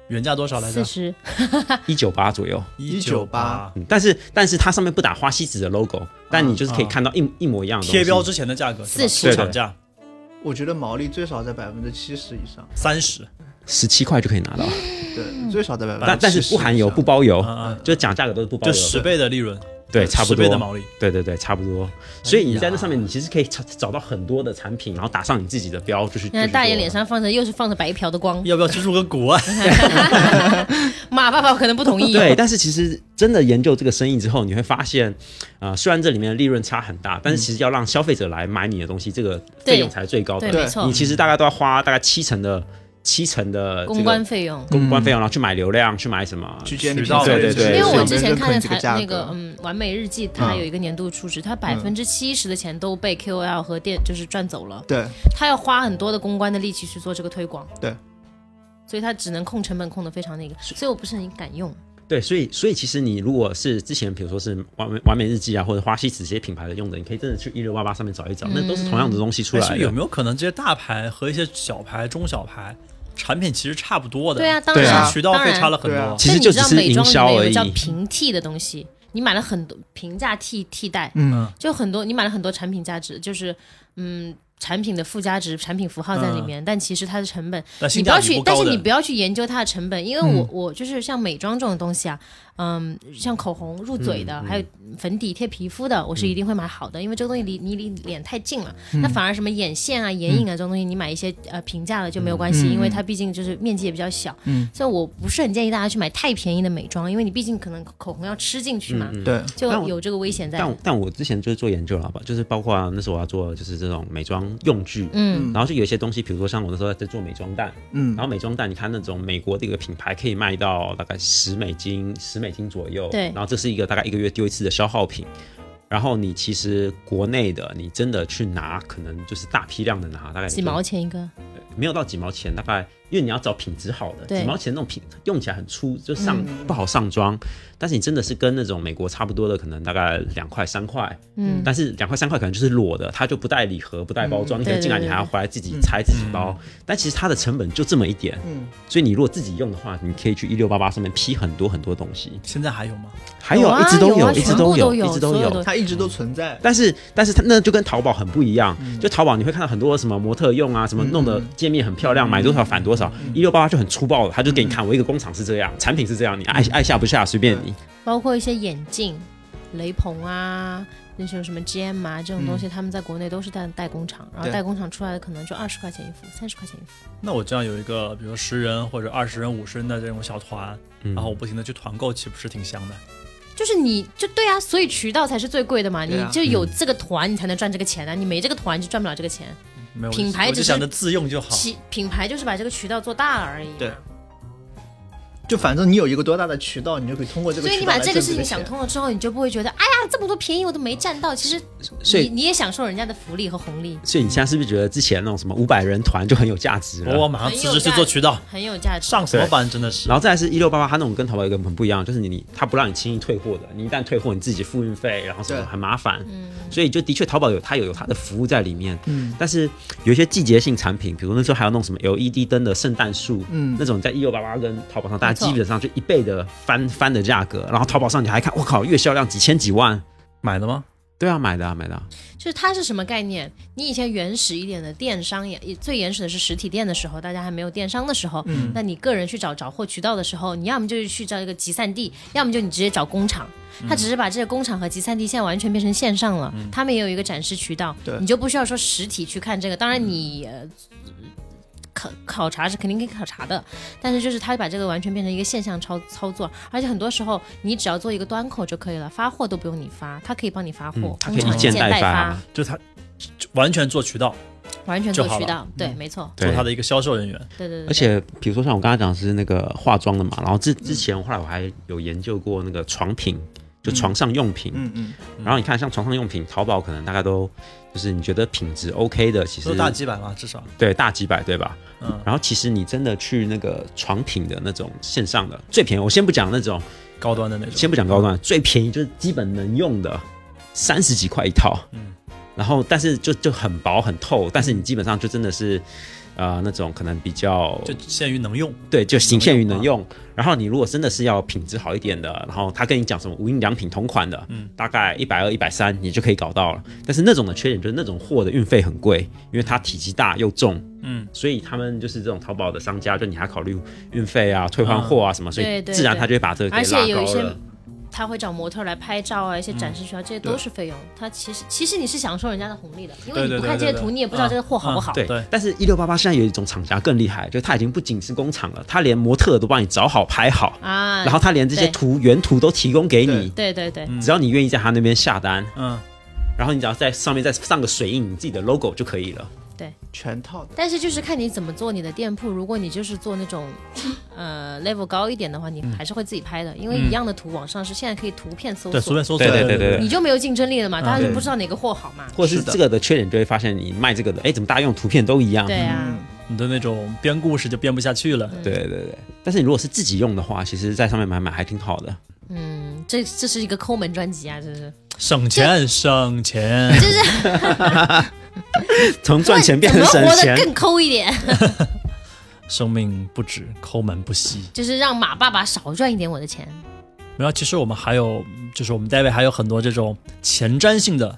[SPEAKER 1] 原价多少来着
[SPEAKER 2] 四？十
[SPEAKER 4] 一九八左右。
[SPEAKER 1] 198
[SPEAKER 3] 198
[SPEAKER 4] 嗯，但是但是它上面不打花西子的 logo，但你就是可以看到一、一模一样的东西
[SPEAKER 1] 贴标之前的价格是吧
[SPEAKER 2] 40
[SPEAKER 1] 出厂价
[SPEAKER 3] 我觉得毛利最少在百分之七十以上，
[SPEAKER 1] 三十，
[SPEAKER 4] 十七块就可以拿到，
[SPEAKER 1] 哎
[SPEAKER 2] 嗯
[SPEAKER 3] 对，最少在百分之
[SPEAKER 4] 但但是不含油不包邮，
[SPEAKER 1] 嗯
[SPEAKER 4] 就讲价格都是不包
[SPEAKER 1] 就
[SPEAKER 4] 邮的，
[SPEAKER 1] 十倍的利润，
[SPEAKER 4] 对，差不
[SPEAKER 1] 十倍
[SPEAKER 4] 多
[SPEAKER 1] 的毛利。哎
[SPEAKER 4] 对对对，差不多。所以你在那上面，你其实可以找找到很多的产品，然后打上你自己的标，就是。
[SPEAKER 2] 那大爷脸
[SPEAKER 4] 上。
[SPEAKER 2] 上放着又是放着白嫖的光，
[SPEAKER 1] 要不要去入个股啊？
[SPEAKER 2] 马爸爸可能不同意。
[SPEAKER 4] 对，，但是其实真的研究这个生意之后，你会发现，啊，虽然这里面的利润差很大，但是其实要让消费者来买你的东西，这个
[SPEAKER 2] 嗯对
[SPEAKER 4] 费用才是最高
[SPEAKER 2] 哦对，
[SPEAKER 4] 的。
[SPEAKER 2] 没
[SPEAKER 3] 对
[SPEAKER 2] 错
[SPEAKER 4] 你，其实大概都要花大概七成的七成的这
[SPEAKER 2] 公
[SPEAKER 4] 个
[SPEAKER 2] 关费用。
[SPEAKER 4] 公
[SPEAKER 3] 嗯
[SPEAKER 4] 关费用，然啊后去买流量，去买什么
[SPEAKER 3] 去建立
[SPEAKER 1] 渠道
[SPEAKER 4] 对对
[SPEAKER 2] 因
[SPEAKER 4] 对
[SPEAKER 2] 为我
[SPEAKER 4] 对
[SPEAKER 2] 之前看的
[SPEAKER 3] 这个价
[SPEAKER 2] 财那
[SPEAKER 3] 格
[SPEAKER 2] 个嗯《完美日记》，它
[SPEAKER 3] 嗯
[SPEAKER 2] 有一个年度初值，它百分之七十的钱都被 KOL 和店就是赚走了，
[SPEAKER 3] 对
[SPEAKER 2] 他要花很多的公关的力气去做这个推广。
[SPEAKER 3] 对，
[SPEAKER 2] 所以他只能控成本控的非常那个，所以我不是很敢用。
[SPEAKER 4] 对，所以所以其实你如果是之前比如说是完美完美日记啊，或者花西子这些品牌的用的，你可以真的去一六八八上面找一找，那都是同样的东西出
[SPEAKER 1] 哎
[SPEAKER 4] 来
[SPEAKER 1] 所
[SPEAKER 4] 的。
[SPEAKER 1] 以有没有可能这些大牌和一些小牌、中小牌产品其实差不多的？
[SPEAKER 2] 对啊，，当
[SPEAKER 4] 对啊
[SPEAKER 2] 然，
[SPEAKER 1] 渠道
[SPEAKER 2] 当
[SPEAKER 1] 费
[SPEAKER 2] 然。
[SPEAKER 1] 差了很
[SPEAKER 3] 对
[SPEAKER 1] 多
[SPEAKER 3] 啊。
[SPEAKER 4] 其实就只
[SPEAKER 2] 但你知道
[SPEAKER 4] 是
[SPEAKER 2] 美
[SPEAKER 4] 营
[SPEAKER 2] 妆里
[SPEAKER 4] 销
[SPEAKER 2] 面有
[SPEAKER 4] 而
[SPEAKER 2] 个
[SPEAKER 4] 已。
[SPEAKER 2] 叫平替的东西，你买了很多平价替替代，
[SPEAKER 3] 嗯，
[SPEAKER 2] 就很多你买了很多产品价值，就是嗯产品的附加值、产品符号在里
[SPEAKER 4] 嗯
[SPEAKER 2] 面，但其实它的成本
[SPEAKER 1] 呃但性
[SPEAKER 2] 你不
[SPEAKER 1] 价
[SPEAKER 2] 要
[SPEAKER 1] 比
[SPEAKER 2] 去
[SPEAKER 1] 不，
[SPEAKER 2] 但
[SPEAKER 1] 高
[SPEAKER 2] 是
[SPEAKER 1] 的
[SPEAKER 2] 你不要去研究它的成本，因为我、我就是像美妆这种东西啊，嗯，像口红入嘴的，
[SPEAKER 4] 嗯嗯
[SPEAKER 2] 还有粉底贴皮肤的，我是一定会买好的，因为这个东西离你离脸太近了。那反而什么眼线啊、眼影啊这种东西，你买一些呃平价的就没有关系，
[SPEAKER 3] 嗯嗯
[SPEAKER 2] 因为它毕竟就是面积也比较小。
[SPEAKER 3] 嗯
[SPEAKER 2] 所以我不是很建议大家去买太便宜的美妆，因为你毕竟可能口红要吃进去嘛，
[SPEAKER 4] 嗯嗯
[SPEAKER 3] 对，
[SPEAKER 2] 就
[SPEAKER 4] 但我
[SPEAKER 2] 有这个危险在。
[SPEAKER 4] 但我但我之前就是做研究了吧，就是包括那时候我要做就是这种美妆用具，
[SPEAKER 2] 嗯
[SPEAKER 4] 然后就有一些东西，比如说像我那时候在做美妆蛋，
[SPEAKER 3] 嗯
[SPEAKER 4] 然后美妆蛋，你看那种美国的一个品牌可以卖到大概十美金，十美金左右。
[SPEAKER 2] 对
[SPEAKER 4] 然后这是一个大概一个月丢一次的消耗品。然后你其实国内的，你真的去拿，可能就是大批量的拿，大概也就
[SPEAKER 2] 几毛钱一个，
[SPEAKER 4] 没有到几毛钱，大概因为你要找品质好的，
[SPEAKER 2] 对嗯
[SPEAKER 4] 几毛钱那种品用起来很粗，就上、不好上妆。但是你真的是跟那种美国差不多的，可能大概两块三块，
[SPEAKER 2] 嗯，
[SPEAKER 4] 但是两块三块可能就是裸的，它就不带礼盒，不带包装，你可
[SPEAKER 2] 对
[SPEAKER 4] 能
[SPEAKER 2] 对
[SPEAKER 4] 进来
[SPEAKER 2] 对
[SPEAKER 4] 你还要回来自己
[SPEAKER 3] 嗯
[SPEAKER 4] 拆自己包，但其实它的成本就这么一点，
[SPEAKER 3] 嗯
[SPEAKER 4] 所以你如果自己用的话，你可以去一六八八上面批很多很多东西，
[SPEAKER 1] 现在还有吗？
[SPEAKER 4] 还有
[SPEAKER 2] 啊
[SPEAKER 4] 一直都
[SPEAKER 2] 有啊
[SPEAKER 4] 一直
[SPEAKER 2] 全
[SPEAKER 4] 都
[SPEAKER 2] 部都
[SPEAKER 4] 一
[SPEAKER 2] 有
[SPEAKER 4] 直都
[SPEAKER 2] 所有
[SPEAKER 4] 有
[SPEAKER 2] 的。
[SPEAKER 3] 它一直都存在。
[SPEAKER 4] 但是，但是它那就跟淘宝很不一样，就淘宝你会看到很多什么模特用啊，什么弄的界面很漂亮，买多少返多少，一六八八就很粗暴了，他就给你看，我一个工厂是这样，产品是这样，你爱爱下不下随便你。
[SPEAKER 2] 包括一些眼镜、雷朋啊，那时候什么 GM 啊这种东西，他们在国内都是代代工厂，然后
[SPEAKER 3] 对
[SPEAKER 2] 代工厂出来的可能就二十块钱一副，三十块钱一副。
[SPEAKER 1] 那我这样有一个，比如说十人或者二十人、五十人的这种小团，
[SPEAKER 4] 嗯
[SPEAKER 1] 然后我不停的去团购，岂不是挺香的？
[SPEAKER 2] 就是你就对啊，所以渠道才是最贵的嘛，
[SPEAKER 3] 对啊
[SPEAKER 2] 你就有这个团，你才能赚这个钱啊，你没这个团就赚不了这个钱。
[SPEAKER 1] 没有，
[SPEAKER 2] 品牌
[SPEAKER 1] 我就
[SPEAKER 2] 只是
[SPEAKER 1] 想着自用就好。
[SPEAKER 2] 其品牌就是把这个渠道做大了而已嘛。
[SPEAKER 3] 对就反正你有一个多大的渠道，你就可以通过这个
[SPEAKER 2] 所以
[SPEAKER 3] 渠
[SPEAKER 2] 你
[SPEAKER 3] 道来
[SPEAKER 2] 把
[SPEAKER 3] 挣
[SPEAKER 2] 这个
[SPEAKER 3] 个
[SPEAKER 2] 事情想
[SPEAKER 3] 钱。
[SPEAKER 2] 通了之后，你就不会觉得，哎呀，这么多便宜我都没占到。其实
[SPEAKER 4] 所
[SPEAKER 2] 你
[SPEAKER 4] 以，
[SPEAKER 2] 你也享受人家的福利和红利，
[SPEAKER 4] 所以你现在是不是觉得之前那种什么五百人团就很有价值了？
[SPEAKER 1] 我我马上辞职去做渠道，
[SPEAKER 2] 很有价值。
[SPEAKER 1] 上什么班真的是。
[SPEAKER 4] 然后再来是一六八八，它那种跟淘宝有一个很不一样，就是你你它不让你轻易退货的，你一旦退货，你自己付运费，然后什么
[SPEAKER 3] 对
[SPEAKER 4] 很麻烦。所以就的确淘宝有它有有它的服务在里面，
[SPEAKER 3] 嗯
[SPEAKER 4] 但是有一些季节性产品，比如那时候还有弄什么 LED 灯的圣诞树，
[SPEAKER 3] 嗯
[SPEAKER 4] 那种在一六八八跟淘宝上，大家
[SPEAKER 2] 没错
[SPEAKER 4] 基本上就一倍的翻翻的价格，然后淘宝上你还看，我靠，月销量几千几万，
[SPEAKER 1] 买的吗？
[SPEAKER 4] 对啊，买的啊买的啊，
[SPEAKER 2] 就是它是什么概念？你以前原始一点的电商也也最原始的是实体店的时候，大家还没有电商的时候，
[SPEAKER 3] 嗯
[SPEAKER 2] 那你个人去找找货渠道的时候，你要么就是去找一个集散地，要么就你直接找工厂。它只是把这个工厂和集散地现在完全变成线上了，他们也有一个展示渠道
[SPEAKER 3] 对，
[SPEAKER 2] 你就不需要说实体去看这个。当然你。呃考考察是肯定可以考察的，但是就是他把这个完全变成一个现象操操作，而且很多时候你只要做一个端口就可以了，发货都不用你发，他可以帮你发货
[SPEAKER 4] 嗯，，它可以
[SPEAKER 2] 工
[SPEAKER 4] 一
[SPEAKER 2] 厂
[SPEAKER 4] 件
[SPEAKER 2] 代
[SPEAKER 4] 发
[SPEAKER 2] 发
[SPEAKER 4] 啊，，
[SPEAKER 1] 就他就完全做渠道，
[SPEAKER 2] 完全做
[SPEAKER 1] 就好
[SPEAKER 2] 渠
[SPEAKER 1] 了嗯
[SPEAKER 2] 道，对，没错，
[SPEAKER 1] 做
[SPEAKER 4] 对
[SPEAKER 1] 他的一个销售人员。
[SPEAKER 2] 对对对。
[SPEAKER 4] 而且比如说像我刚才讲的是那个化妆的嘛，然后之之前后来我还有研究过那个床品，就床上用品，
[SPEAKER 3] 嗯嗯，
[SPEAKER 4] 然后你看像床上用品，淘宝可能大概都就是你觉得品质 OK 的，其
[SPEAKER 1] 都
[SPEAKER 4] 实
[SPEAKER 1] 大几百嘛，至少，
[SPEAKER 4] 对大几百对吧？
[SPEAKER 1] 嗯，
[SPEAKER 4] 然后其实你真的去那个床品的那种线上的最便宜，我先不讲那种，
[SPEAKER 1] 高端的那种。
[SPEAKER 4] 先不讲高端，最便宜就是基本能用的三十几块一套，
[SPEAKER 1] 嗯
[SPEAKER 4] 然后但是就就很薄很透，但是你基本上就真的是。呃，那种可能比较
[SPEAKER 1] 就限于能用，
[SPEAKER 4] 对，就仅限于能
[SPEAKER 1] 能
[SPEAKER 4] 用。然后你如果真的是要品质好一点的，然后他跟你讲什么无印良品同款的，
[SPEAKER 1] 嗯
[SPEAKER 4] 大概一百二、一百三，你就可以搞到了。但是那种的缺点就是那种货的运费很贵，因为它体积大又重，
[SPEAKER 1] 嗯，
[SPEAKER 4] 所以他们就是这种淘宝的商家，就你还考虑运费啊、退换货啊什么，所
[SPEAKER 2] 对
[SPEAKER 4] 以
[SPEAKER 2] 对
[SPEAKER 4] 自然
[SPEAKER 2] 对
[SPEAKER 4] 他就会把这个给
[SPEAKER 2] 而且
[SPEAKER 4] 拉
[SPEAKER 2] 有一
[SPEAKER 4] 高
[SPEAKER 2] 些
[SPEAKER 4] 了。
[SPEAKER 2] 他会找模特来拍照啊，一些展示需要，这些都
[SPEAKER 3] 对
[SPEAKER 2] 是费用。他其实其实你是享受人家的红利的，因为
[SPEAKER 1] 对
[SPEAKER 2] 你
[SPEAKER 1] 对
[SPEAKER 2] 不
[SPEAKER 1] 对
[SPEAKER 2] 看这些
[SPEAKER 1] 对对
[SPEAKER 2] 图，你也不知
[SPEAKER 1] 嗯
[SPEAKER 2] 道这个货好不好。
[SPEAKER 4] 对，
[SPEAKER 1] 对
[SPEAKER 4] 但是一六八八现在有一种厂家更厉害，就是他已经不仅是工厂了，他连模特都帮你找好、拍好，
[SPEAKER 2] 啊，
[SPEAKER 4] 然后他连这些
[SPEAKER 2] 对
[SPEAKER 4] 图原图都提供给你，
[SPEAKER 2] 对嗯对对，
[SPEAKER 4] 只要你愿意在他那边下单，
[SPEAKER 1] 嗯，
[SPEAKER 4] 然后你只要在上面再上个水印你自己的 logo 就可以了。
[SPEAKER 3] 全套的。
[SPEAKER 2] 但是就是看你怎么做你的店铺。如果你就是做那种， 呃，level 高一点的话，你
[SPEAKER 1] 嗯
[SPEAKER 2] 还是会自己拍的，因为一样的图网上是现在可以图片搜
[SPEAKER 1] 对，随
[SPEAKER 2] 索，
[SPEAKER 1] 便搜索，啊
[SPEAKER 4] 对对对对
[SPEAKER 2] 你就没有竞争力了嘛，大家就
[SPEAKER 3] 对
[SPEAKER 2] 不知道哪个货好嘛。
[SPEAKER 4] 或者是
[SPEAKER 3] 是的
[SPEAKER 4] 这个的缺点，就会发现你卖这个的，哎，怎么大家用图片都一样？
[SPEAKER 2] 对啊，
[SPEAKER 3] 嗯
[SPEAKER 1] 你的那种编故事就编不下去了。
[SPEAKER 4] 对对对。但是你如果是自己用的话，其实在上面买买还挺好的。
[SPEAKER 2] 嗯，这这是一个抠门专辑啊，这是。
[SPEAKER 1] 省 钱，省钱，
[SPEAKER 4] 从赚钱变成
[SPEAKER 2] 怎
[SPEAKER 4] 省
[SPEAKER 2] 么活得
[SPEAKER 4] 钱，
[SPEAKER 2] 更抠一点？
[SPEAKER 1] 生命不止，抠门不息。
[SPEAKER 2] 就是让马爸爸少赚一点我的钱。
[SPEAKER 1] 没有，其实我们还有，就是我们 David 还有很多这种前瞻性的、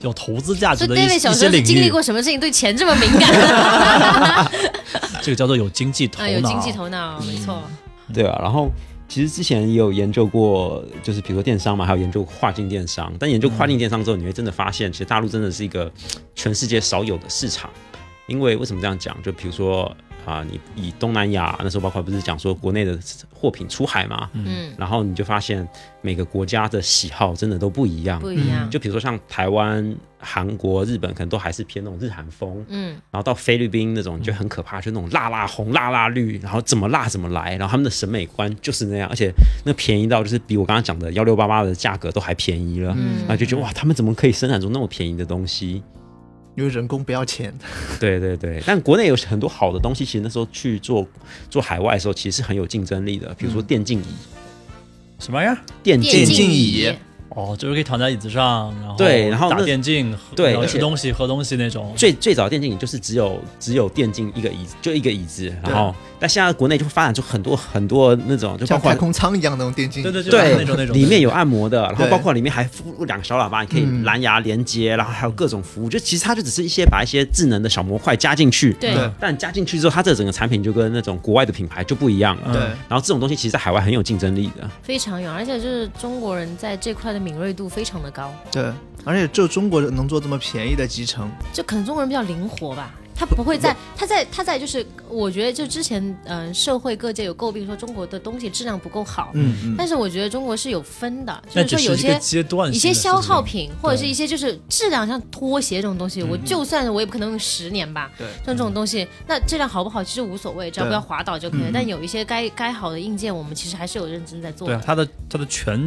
[SPEAKER 1] 有投资价值
[SPEAKER 2] 所以
[SPEAKER 1] 的一
[SPEAKER 2] David
[SPEAKER 1] 一
[SPEAKER 2] 小时候
[SPEAKER 1] 些
[SPEAKER 2] 是
[SPEAKER 1] 领
[SPEAKER 2] 经历
[SPEAKER 1] 域，
[SPEAKER 2] 过什么事情对钱这么敏 感？
[SPEAKER 1] 这个叫做有经济头
[SPEAKER 2] 啊，
[SPEAKER 1] 脑。嗯
[SPEAKER 2] 有经济头脑，没错。
[SPEAKER 4] 对啊。然后其实之前也有研究过，就是比如说电商嘛，还有研究跨境电商。但研究跨境电商之后，你会真的发现，其实大陆真的是一个全世界少有的市场。因为为什么这样讲？就比如说啊、你以东南亚那时候，包括不是讲说国内的货品出海嘛，
[SPEAKER 2] 嗯，
[SPEAKER 4] 然后你就发现每个国家的喜好真的都不一样。
[SPEAKER 2] 不一
[SPEAKER 1] 嗯
[SPEAKER 2] 样，
[SPEAKER 4] 就比如说像台湾、韩国、日本，可能都还是偏那种日韩风，
[SPEAKER 2] 嗯，
[SPEAKER 4] 然后到菲律宾那种，你觉得很可怕，就那种辣辣红、辣辣绿，然后怎么辣怎么来，然后他们的审美观就是那样，而且那便宜到就是比我刚刚讲的幺六八八的价格都还便宜了，
[SPEAKER 2] 嗯
[SPEAKER 1] 啊
[SPEAKER 4] 然后就觉得哇，他们怎么可以生产出那么便宜的东西？
[SPEAKER 3] 因为人工不要钱，
[SPEAKER 4] 对对对，但国内有很多好的东西，其实那时候去做做海外的时候，其实是很有竞争力的，比如说电竞椅、
[SPEAKER 1] 什么呀？
[SPEAKER 4] 电
[SPEAKER 2] 电
[SPEAKER 4] 竞。
[SPEAKER 3] 竞
[SPEAKER 2] 竞
[SPEAKER 3] 椅
[SPEAKER 1] 哦，就是可以躺在椅子上，然后
[SPEAKER 4] 对然后
[SPEAKER 1] 打
[SPEAKER 4] 那
[SPEAKER 1] 电竞，喝
[SPEAKER 4] 对
[SPEAKER 1] 然后
[SPEAKER 4] 而
[SPEAKER 1] 吃
[SPEAKER 4] 且
[SPEAKER 1] 东西、喝东西那种。
[SPEAKER 4] 最最早电竞椅就是只有只有电竞一个椅子，就一个椅子，然后但现在国内就会发展出很多很多那种，就包
[SPEAKER 3] 像
[SPEAKER 4] 括
[SPEAKER 3] 太空舱一样的那种电竞椅，
[SPEAKER 1] 对对对
[SPEAKER 4] 对
[SPEAKER 1] 那种那种
[SPEAKER 4] 里面有按摩的，然后
[SPEAKER 3] 对
[SPEAKER 4] 包括里面还附两个小喇叭，你可以
[SPEAKER 3] 嗯
[SPEAKER 4] 蓝牙连接，然后还有各种服务。就其实它就只是一些把一些智能的小模块加进去，
[SPEAKER 2] 对
[SPEAKER 3] 对
[SPEAKER 4] 但加进去之后，它这整个产品就跟那种国外的品牌就不一样了。
[SPEAKER 3] 对
[SPEAKER 1] 嗯
[SPEAKER 4] 然后这种东西其实，在海外很有竞争力的。
[SPEAKER 2] 非常远，而且就是中国人在这块的敏锐度非常的高，
[SPEAKER 3] 对，而且只有中国人能做这么便宜的集成，
[SPEAKER 2] 就可能中国人比较灵活吧。他不会在，他在，他在，就是我觉得，就之前，嗯、社会各界有诟病说中国的东西质量不够好，
[SPEAKER 3] 嗯嗯，
[SPEAKER 2] 但是我觉得中国是有分的，
[SPEAKER 1] 那
[SPEAKER 2] 就是
[SPEAKER 1] 只
[SPEAKER 2] 说有
[SPEAKER 1] 是一个
[SPEAKER 2] 些
[SPEAKER 1] 阶段
[SPEAKER 2] 一
[SPEAKER 1] 性
[SPEAKER 2] 些
[SPEAKER 1] 的事
[SPEAKER 2] 消耗
[SPEAKER 1] 情，
[SPEAKER 2] 品或者是一些就是质量，像拖鞋这种东西，
[SPEAKER 1] 嗯
[SPEAKER 2] 我就算我也不可能用十年吧。
[SPEAKER 3] 对
[SPEAKER 2] 像这种东西，那质量好不好其实无所谓，只要
[SPEAKER 3] 对
[SPEAKER 2] 不要滑倒就可以了
[SPEAKER 3] 嗯。嗯
[SPEAKER 2] 但有一些该该好的硬件，我们其实还是有认真在做
[SPEAKER 1] 对啊
[SPEAKER 2] 的，。
[SPEAKER 1] 它的它的全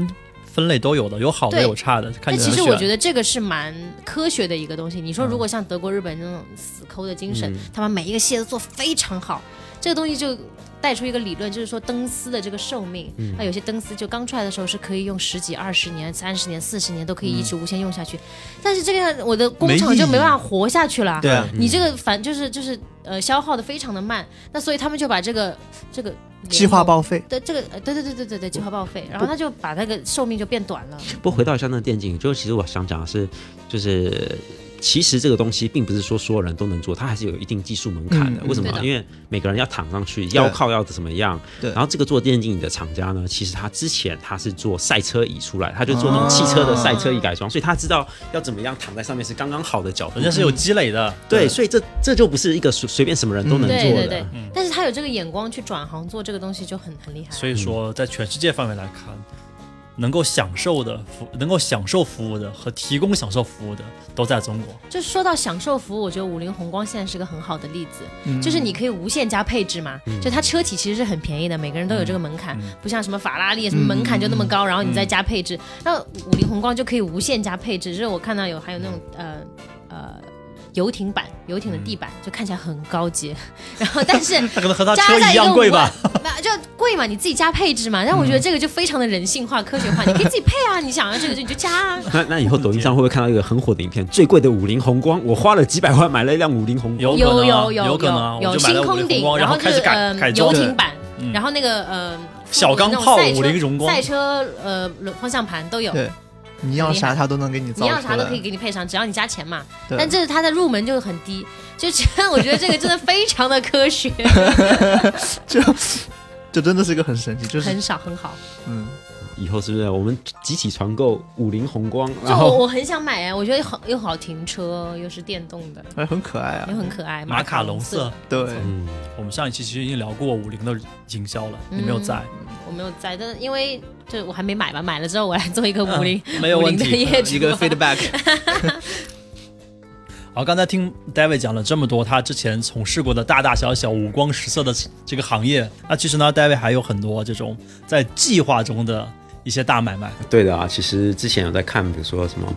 [SPEAKER 1] 分类都有的，有好的
[SPEAKER 2] 对
[SPEAKER 1] 有差的，看
[SPEAKER 2] 但
[SPEAKER 1] 你
[SPEAKER 2] 其实
[SPEAKER 1] 怎么
[SPEAKER 2] 我
[SPEAKER 1] 选
[SPEAKER 2] 觉得这个是蛮科学的一个东西。你说
[SPEAKER 3] 嗯
[SPEAKER 2] 如果像德国、日本那种死抠的精神，他们每一个鞋子做非常好，这个东西就带出一个理论，就是说灯丝的这个寿命，
[SPEAKER 3] 嗯
[SPEAKER 2] 那、有些灯丝就刚出来的时候是可以用十几、二十年、三十年、四十年都可
[SPEAKER 3] 嗯
[SPEAKER 2] 以一直无限用下去，但是这个样我的工厂就没办法活下去了。
[SPEAKER 3] 对啊，
[SPEAKER 2] 你这个反就是就是呃消耗的非常的慢，那所以他们就把这个这个
[SPEAKER 3] 计划。报废，
[SPEAKER 2] 对这个，呃对对对对对对，计划报废，然后他就把那个寿命就变短了。
[SPEAKER 4] 不过回到一下那个电竞椅，就是其实我想讲的是，就是其实这个东西并不是说所有人都能做，它还是有一定技术门槛的。
[SPEAKER 3] 嗯
[SPEAKER 4] 为什么
[SPEAKER 2] 对？的
[SPEAKER 4] 因为每个人要躺上去，腰靠要怎么样？
[SPEAKER 3] 对
[SPEAKER 4] 然后这个做电竞椅的厂家呢，其实他之前他是做赛车椅出来，他就做那种汽车的赛车椅改装，所以他知道要怎么样躺在上面是刚刚好的角度
[SPEAKER 1] 人。家是有积累的，
[SPEAKER 4] 嗯对，所以这这就不是一个随随便什么人都
[SPEAKER 2] 嗯
[SPEAKER 4] 能
[SPEAKER 2] 对
[SPEAKER 4] 做
[SPEAKER 2] 对
[SPEAKER 4] 的
[SPEAKER 2] 对。，但是他有这个眼光去转行做这个东西就很很厉害。
[SPEAKER 1] 所以说，在全世界范围来看，能够享受的服，能够享受服务的和提供享受服务的，都在中 国。
[SPEAKER 2] 就说到享受服务，我觉得五菱宏光现在是个很好的例子，就是你可以无限加配置嘛，就它车体其实是很便宜的，每个人都有这个门槛，不像什么法拉利什么门槛就那么高，然后你再加配置，那五菱宏光就可以无限加配置，就是我看到有还有那种呃呃。游艇版，游艇的地板、就看起来很高级， 然后但是
[SPEAKER 1] 它可能和他
[SPEAKER 2] 加
[SPEAKER 1] 啊车
[SPEAKER 2] 在
[SPEAKER 1] 一
[SPEAKER 2] 一个
[SPEAKER 1] 样
[SPEAKER 2] 五
[SPEAKER 1] 贵吧？
[SPEAKER 2] 那就贵嘛，你自己加配置嘛。但我觉得这个就非常的人性化、科学化，你可以自己配啊，你想要这个就你就加啊。
[SPEAKER 4] 那那以后抖音上会不会看到一个很火的影片？最贵的五菱宏光，我花了几百万买了一辆五菱宏光。
[SPEAKER 1] 有可
[SPEAKER 2] 有
[SPEAKER 1] 能啊
[SPEAKER 2] 有
[SPEAKER 1] 有可能啊，
[SPEAKER 2] 有
[SPEAKER 1] 我就买
[SPEAKER 2] 星
[SPEAKER 1] 了五
[SPEAKER 2] 空
[SPEAKER 1] 菱宏
[SPEAKER 2] 顶，
[SPEAKER 1] 光，然
[SPEAKER 2] 后
[SPEAKER 1] 后
[SPEAKER 2] 就
[SPEAKER 1] 开
[SPEAKER 2] 是
[SPEAKER 1] 始改
[SPEAKER 2] 呃
[SPEAKER 1] 改
[SPEAKER 2] 游
[SPEAKER 1] 装。嗯
[SPEAKER 2] 艇版，然后那个呃
[SPEAKER 1] 小钢炮五菱荣光
[SPEAKER 2] 赛车呃轮方向盘都有，
[SPEAKER 3] 对，你要啥他都能给你造
[SPEAKER 2] 你
[SPEAKER 3] 出来，
[SPEAKER 2] 要啥都可以给你配上，只要你加钱嘛。
[SPEAKER 3] 对
[SPEAKER 2] 但这是它的入门就很低，就这样，我觉得这个真的非常的科学，
[SPEAKER 3] 就就真的是一个很神奇，就是
[SPEAKER 2] 很少很好。
[SPEAKER 3] 嗯，
[SPEAKER 4] 以后是不是我们集体团购五菱宏光？
[SPEAKER 2] 就
[SPEAKER 4] 然后
[SPEAKER 2] 我我很想买哎，我觉得好又好停车，又是电动的，
[SPEAKER 3] 哎，很可爱
[SPEAKER 2] 又
[SPEAKER 3] 啊，
[SPEAKER 2] 很可爱，
[SPEAKER 1] 马卡
[SPEAKER 2] 卡
[SPEAKER 1] 龙
[SPEAKER 2] 色
[SPEAKER 1] 色。，
[SPEAKER 3] 对，
[SPEAKER 4] 嗯，
[SPEAKER 1] 我们上一期其实已经聊过五菱的营销了，你没有
[SPEAKER 2] 嗯
[SPEAKER 1] 在，
[SPEAKER 2] 我没有在，但是因为就我还没买吧，买了之后我来做一个五菱
[SPEAKER 1] 嗯 没有
[SPEAKER 2] 五
[SPEAKER 1] 问
[SPEAKER 2] 菱的
[SPEAKER 1] 题。
[SPEAKER 2] 业主，
[SPEAKER 3] 一个 feedback，
[SPEAKER 1] 好，刚才听 David 讲了这么多，他之前从事过的大大小小、五光十色的这个行业，那其实呢，David 还有很多这种在计划中的一些大买卖。
[SPEAKER 4] 对的啊。其实之前有在看，比如说什么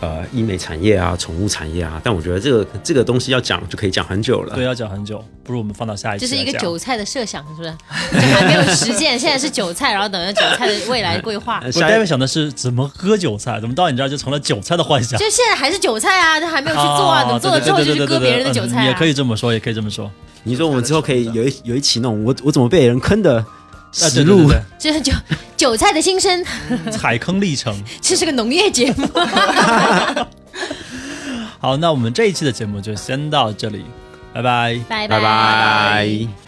[SPEAKER 4] 呃医美产业啊、宠物产业啊，但我觉得这个这个东西要讲就可以讲很久了。
[SPEAKER 1] 对，啊要讲很久，不如我们放到下一期
[SPEAKER 2] 嗯这
[SPEAKER 1] 来
[SPEAKER 2] 是
[SPEAKER 1] 讲。
[SPEAKER 2] 一个韭菜的设想，是不是？ 就还没有实践，现在是韭菜，然后等着韭菜的未来 规划。
[SPEAKER 4] 呃，
[SPEAKER 1] 我
[SPEAKER 4] 下
[SPEAKER 1] David
[SPEAKER 4] 一
[SPEAKER 1] 想的是怎么割韭菜，怎么到你这儿就成了韭菜的幻想。哦
[SPEAKER 2] 就现在还是韭菜啊，他还没有去做啊，等做了之后就是割别人的韭菜啊。
[SPEAKER 1] 嗯也可以这么说，也可以这么说。
[SPEAKER 4] 你说我们之后可以有一有一期那种我我怎么被人坑的
[SPEAKER 1] 啊，
[SPEAKER 4] 实
[SPEAKER 1] 对对
[SPEAKER 4] 录，
[SPEAKER 1] 对
[SPEAKER 2] 这是韭 韭菜的心声，
[SPEAKER 1] 对，踩坑历程。
[SPEAKER 2] 这是个农业节目。
[SPEAKER 1] 好，那我们这一期的节目就先到这里，拜拜。
[SPEAKER 2] 拜
[SPEAKER 4] 拜
[SPEAKER 2] 拜
[SPEAKER 4] 拜。